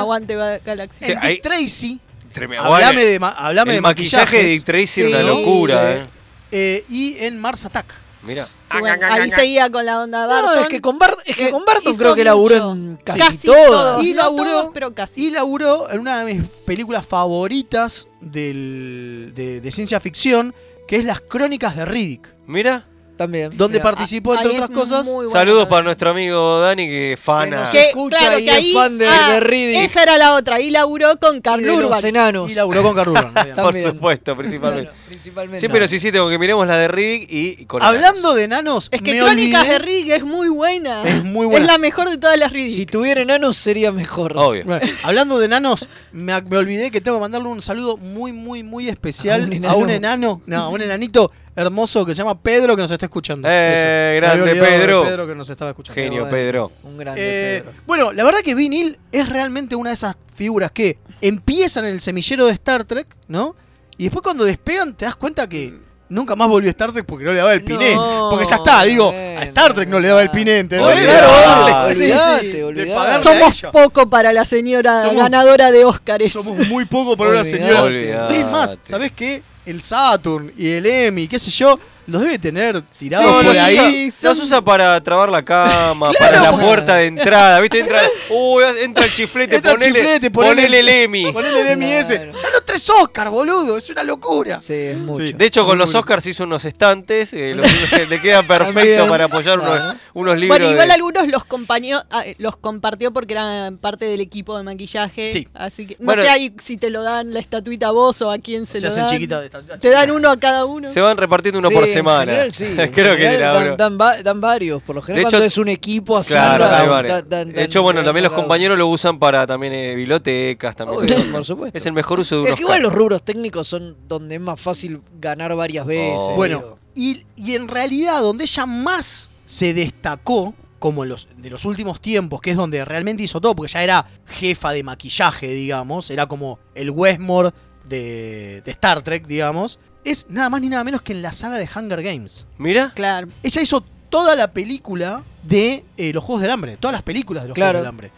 D: [LAUGHS] Aguante Ga- Galaxy.
B: Sí,
A: en
B: ahí-
A: Dick Tracy.
B: Tremendo.
A: Hablame
B: Bueno,
A: de, ma- hablame
B: el
A: de
B: maquillaje de
A: maquillajes.
B: Dick Tracy era
A: Sí.
B: una locura,
A: Sí.
B: eh.
A: Eh, y en Mars Attack.
B: Mira.
D: Sí, bueno, ahí seguía con la onda Barton.
C: No, es que con, Bart- es que
D: que
C: con Barton
D: hizo
C: creo que laburó
D: mucho.
C: en casi,
D: casi,
C: todas.
D: todos.
A: Y
D: no
A: laburó-
D: todos, pero casi.
A: Y laburó en una de mis películas favoritas del- de, de ciencia ficción, que es Las Crónicas de Riddick,
B: Mira.
C: También.
A: donde
C: mirá.
A: participó,
D: Ah,
A: entre
D: ahí es
A: otras cosas,
D: muy bueno
B: Saludos
D: también.
B: para nuestro amigo Dani que es fana.
D: Que,
C: Escucha
D: claro,
C: ahí,
D: que
C: es
D: ahí.
C: fan de-
D: ah,
C: de Riddick.
D: Esa era la otra. Ahí laburó con
C: Y
D: Carl
C: de los
D: Urban.
C: enanos.
A: y laburó con Carl Urban, obviamente.
B: Por
C: También.
B: supuesto, principalmente.
C: Claro, principalmente.
B: Sí, pero sí, sí, tengo que miremos la de Riddick y y con
A: Hablando de enanos,
D: Es que
A: me
D: Crónicas
A: olvidé-
D: de Riddick es muy buena.
A: Es muy buena.
D: Es la mejor de todas las Riddick.
C: Si tuviera enanos sería mejor.
B: Obvio.
A: Bueno, [LAUGHS] hablando de enanos, me, ac- me olvidé que tengo que mandarle un saludo muy, muy, muy especial
C: ¿A
A: a
C: un
A: un,
C: enano?
A: enano, no, a un enanito hermoso que se llama Pedro que nos está escuchando.
B: Eh,
A: Eso. Me
B: grande
A: había olvidado de
B: Pedro.
A: Pedro que nos estaba escuchando.
C: Pero
B: Genio, Pedro.
C: Un grande
A: Eh,
C: Pedro.
A: bueno, la verdad que Vinil es realmente una de esas figuras que empiezan en el semillero de Star Trek, ¿no? Y después cuando despegan te das cuenta que nunca más volvió a Star Trek porque no le daba el piné.
C: Mm. No,
A: porque ya está, digo, a Star Trek no le daba el piné, ¿entendés?
B: Olvidate,
A: Claro, sí,
C: olvidate,
A: sí, de
C: olvidate.
A: pagarle a
D: Somos
A: ella.
D: poco para la señora
A: Somos-
D: ganadora de Óscares.
A: Somos muy poco para una
C: Olvidate.
A: señora.
B: Olvidate.
A: Es más, ¿sabés qué? El Saturn y el Emmy, qué sé yo, los debe tener tirados
B: No,
A: por
B: los
A: ahí.
B: usa, los usa para trabar la
C: [LAUGHS]
B: cama, para
C: pues.
B: la puerta de entrada, ¿viste? Entra, uy, entra el chiflete,
A: Entra el
B: ponele,
A: chiflete, ponele-
B: ponele el
C: [LAUGHS]
B: EMI.
A: Ponele el Emmy ese.
C: Claro.
A: Ganó tres Oscar, boludo, es una locura.
C: Sí, es mucho.
A: Sí.
B: De hecho, con los
A: Seguro.
B: Oscars hizo unos estantes, eh,
C: [LAUGHS]
B: los- [LAUGHS] le
C: Ah,
B: queda perfecto
C: También.
B: para apoyar unos,
C: Claro.
B: unos libros.
D: Bueno, igual
B: de-
D: algunos los, compañó- ah, eh, los compartió porque eran parte del equipo de maquillaje.
A: Sí.
D: Así que no
B: Bueno.
D: sé ahí si te lo dan la estatuita a vos o a quién se
A: Se
D: lo
A: hacen
D: dan.
A: chiquitas de esta-
D: Te dan uno a cada uno.
B: Se van repartiendo uno
C: Sí,
B: por
C: en
B: semana. [LAUGHS]
C: general sí, en
B: Creo que
C: general
B: era,
C: dan,
B: bro.
C: dan va- dan varios, por lo
B: De
C: general
B: hecho-
C: cuando es un equipo así.
B: Claro,
C: dan-
B: hay varios.
C: dan- dan-
B: De hecho, bueno,
C: dan
B: también los
C: cada uno.
B: compañeros lo usan para también eh, bibliotecas, también.
C: Obvio,
B: todo.
C: [LAUGHS] por supuesto.
B: Es el mejor uso de un
C: Es
B: Oscar.
C: que igual los rubros técnicos son donde es más fácil ganar varias veces.
B: Oh.
A: Bueno,
C: digo.
A: y, y en realidad donde ella más se destacó, como en los, de los últimos tiempos, que es donde realmente hizo todo, porque ya era jefa de maquillaje, digamos, era como el Westmore de, de Star Trek, digamos, es nada más ni nada menos que en la saga de Hunger Games.
B: Mira,
D: Claro.
A: Ella hizo toda la película de eh, los Juegos del Hambre, todas las películas de los
C: Claro.
A: Juegos del Hambre.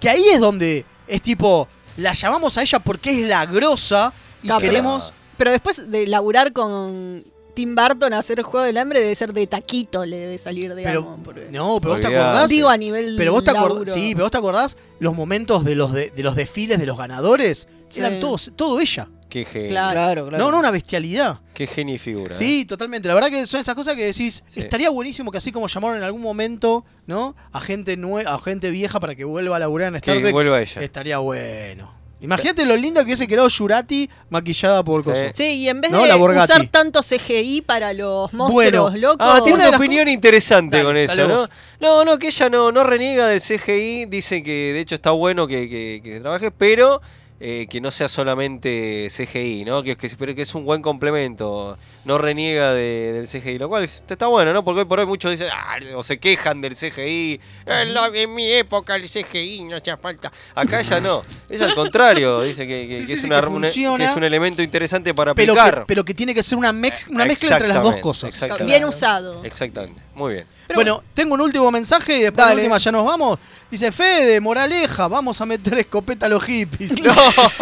A: Que ahí es donde es tipo, la llamamos a ella porque es la grosa y
D: Capra.
A: queremos...
D: Pero después de laburar con Tim Burton a hacer Juego del Hambre debe ser de taquito, le debe salir, digamos.
A: Pero,
D: porque-
A: no, pero vos te
B: Olvidate.
A: acordás.
D: Digo a nivel
A: Pero vos te
D: laburo.
A: acordás, sí, pero vos te acordás los momentos de los de, de los desfiles de los ganadores,
D: Sí.
A: eran todos todo ella.
B: qué genio.
D: Claro.
C: claro, claro.
A: No, no una bestialidad.
B: Qué genio y figura. eh.
A: Sí, totalmente. La verdad que son esas cosas que decís,
B: Sí.
A: estaría buenísimo que así como llamaron en algún momento, ¿no? A gente nue a gente vieja para que vuelva a laburar en Star
B: Que
A: Trek.
B: vuelva ella.
A: Estaría bueno. Imagínate lo lindo que hubiese quedado Yurati maquillada por cosas.
D: Sí, y en vez
A: No, la
D: de
A: Borgatti.
D: usar tanto CGI para los monstruos
B: Bueno,
D: locos.
B: ah, tiene una opinión interesante con eso,
A: dale
B: ¿no?
A: vos.
B: No, no, que ella no, no reniega del CGI, dice que de hecho está bueno que, que- que trabaje, pero eh, que no sea solamente CGI, ¿no? Que, que, pero que es un buen complemento, no reniega de- del CGI, lo cual es- está bueno, ¿no? Porque hoy por hoy muchos dicen, "Ah", o se quejan del CGI, en, "Eh, la- en mi época el CGI no hacía falta. Acá ella no, ella al contrario, dice que, que- que es,
A: sí,
B: una-
A: que
B: una-
A: funciona,
B: que es un elemento interesante para
A: Pero
B: aplicar.
A: que, pero que tiene que ser una, mex- una mezcla entre las dos
B: Exactamente,
A: cosas.
B: exactamente.
D: Bien usado.
B: Exactamente, muy bien.
A: bueno, tengo un último mensaje y después
D: Dale.
A: la última ya nos vamos. Dice Fede, moraleja, vamos a meter escopeta a los hippies.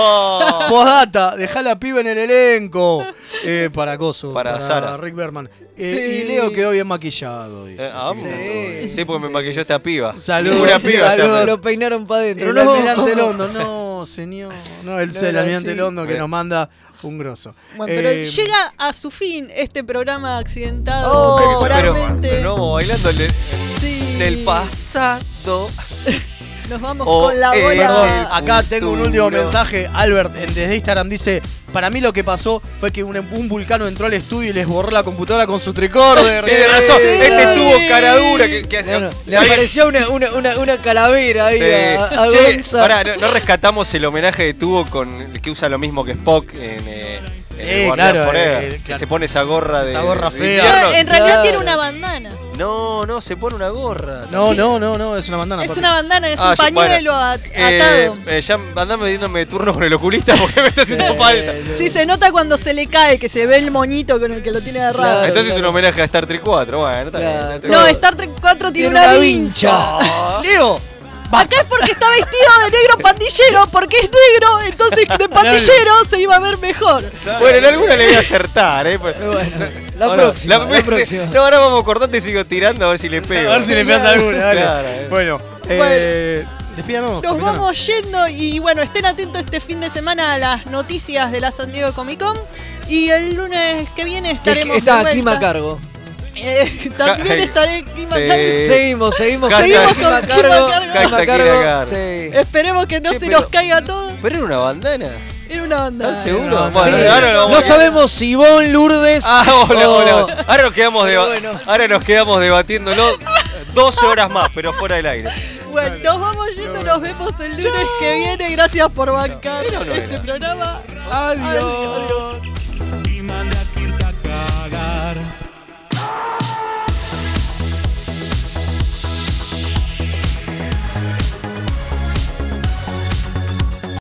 D: Oh,
A: Podata, dejá la piba en el elenco. Eh, para Coso.
B: Para Sara.
A: Rick Berman. Eh,
B: Sí.
A: Y Leo quedó bien maquillado. Dice.
B: Eh, ah,
A: Así que está todo bien.
B: sí. porque me maquilló esta piba.
A: Saludos,
B: Ninguna piba. se
A: saludos.
B: llama.
C: Lo peinaron para adentro.
A: El
C: No,
A: almirante
C: [LAUGHS]
A: Londo, no, señor. No, el,
C: No
A: el
C: era
A: almirante
C: así.
A: Londo que
B: Bien.
A: nos manda un grosso.
D: Bueno, pero
A: Eh,
D: llega a su fin este programa accidentado
B: Oh, pero,
D: temporalmente.
B: pero no, bailando el de-
D: Sí.
B: del pasado.
D: Nos vamos
B: Oh,
D: con la
B: eh,
D: bola.
A: Perdón,
B: El
A: acá tengo un último
B: futuro.
A: mensaje. Albert en- desde Instagram dice: Para mí lo que pasó fue que un, un vulcano entró al estudio y les borró la computadora con su tricorder.
B: Tiene razón, este tuvo cara dura. Que, que-
C: Bueno, le
B: Ahí-
C: apareció una, una, una, una calavera ahí
B: Sí.
C: a, a
B: Che,
C: Gonza.
B: pará, no, no rescatamos el homenaje de Tubo con el que usa lo mismo que Spock en, eh, en
A: Sí,
B: el Guardián
A: claro,
B: Forever,
A: eh,
B: que
A: claro.
B: se pone esa gorra de
A: Esa gorra
B: de
A: fea.
B: invierno.
D: En realidad
C: Claro.
D: tiene una bandana.
B: No, no, se pone una gorra.
A: No, no, no, no, es una bandana.
D: Es
A: papi.
D: una bandana, es
B: Ah,
D: un
B: yo- bueno.
D: pañuelo a-
B: Eh,
D: atado.
B: eh, ya andame diciéndome turno con el oculista porque me está
C: Eh,
B: haciendo falta.
D: Sí, se nota cuando se le cae, que se ve el moñito con el que lo tiene agarrado.
C: Claro,
B: Entonces eh, es un
C: claro.
B: homenaje a Star Trek 4. Bueno, está bien,
C: Claro.
B: está bien.
D: No, Star Trek 4 tiene,
C: Tiene
D: una
C: una
D: vincha.
A: Leo,
D: Acá es porque está vestido de negro pandillero, porque es negro, entonces de pandillero se iba a ver mejor.
B: Bueno, en alguna le voy a acertar, eh. pues. [LAUGHS]
C: [LAUGHS] Bueno, la
B: Ahora,
C: próxima. La,
B: [LAUGHS]
C: próxima.
B: No, ahora vamos cortando y sigo tirando a ver si le
A: a
B: pego.
A: ver si le pegas alguna. dale.
B: Claro, eh.
A: Bueno, eh, despídanos.
D: Nos
A: capitana.
D: vamos yendo y bueno, estén atentos este fin de semana a las noticias de la San Diego Comic Con. Y el lunes que viene estaremos.
C: Está
D: de
C: clima a
D: vuelta.
C: cargo.
D: Eh, [LAUGHS] también estaré clima
B: Sí.
D: cargo.
B: Eh,
C: seguimos, seguimos.
B: hashtag-
D: Clima
C: seguimos clima cargo.
D: cargo.
C: clima
B: Hashtag
C: cargo,
B: clima cargo.
C: sí.
D: Esperemos que no
B: Che,
D: se
B: pero-
D: nos caiga todo.
B: ¿Pero era una bandana?
D: Era una banda.
B: ¿Estás seguro?
A: no,
B: Bueno,
A: sí.
B: ahora lo vamos a-
C: No sabemos si Ivonne Lourdes.
B: Ah, hola,
C: o-
B: hola, hola. Ahora nos quedamos, deba-
C: Bueno.
B: ahora nos quedamos debatiéndolo 12 horas más, pero fuera del aire.
D: Bueno, nos vamos yendo, nos vemos el lunes que viene. Gracias por bancar
B: Era o no
D: este
B: era.
D: programa.
A: Adiós.
D: Adiós.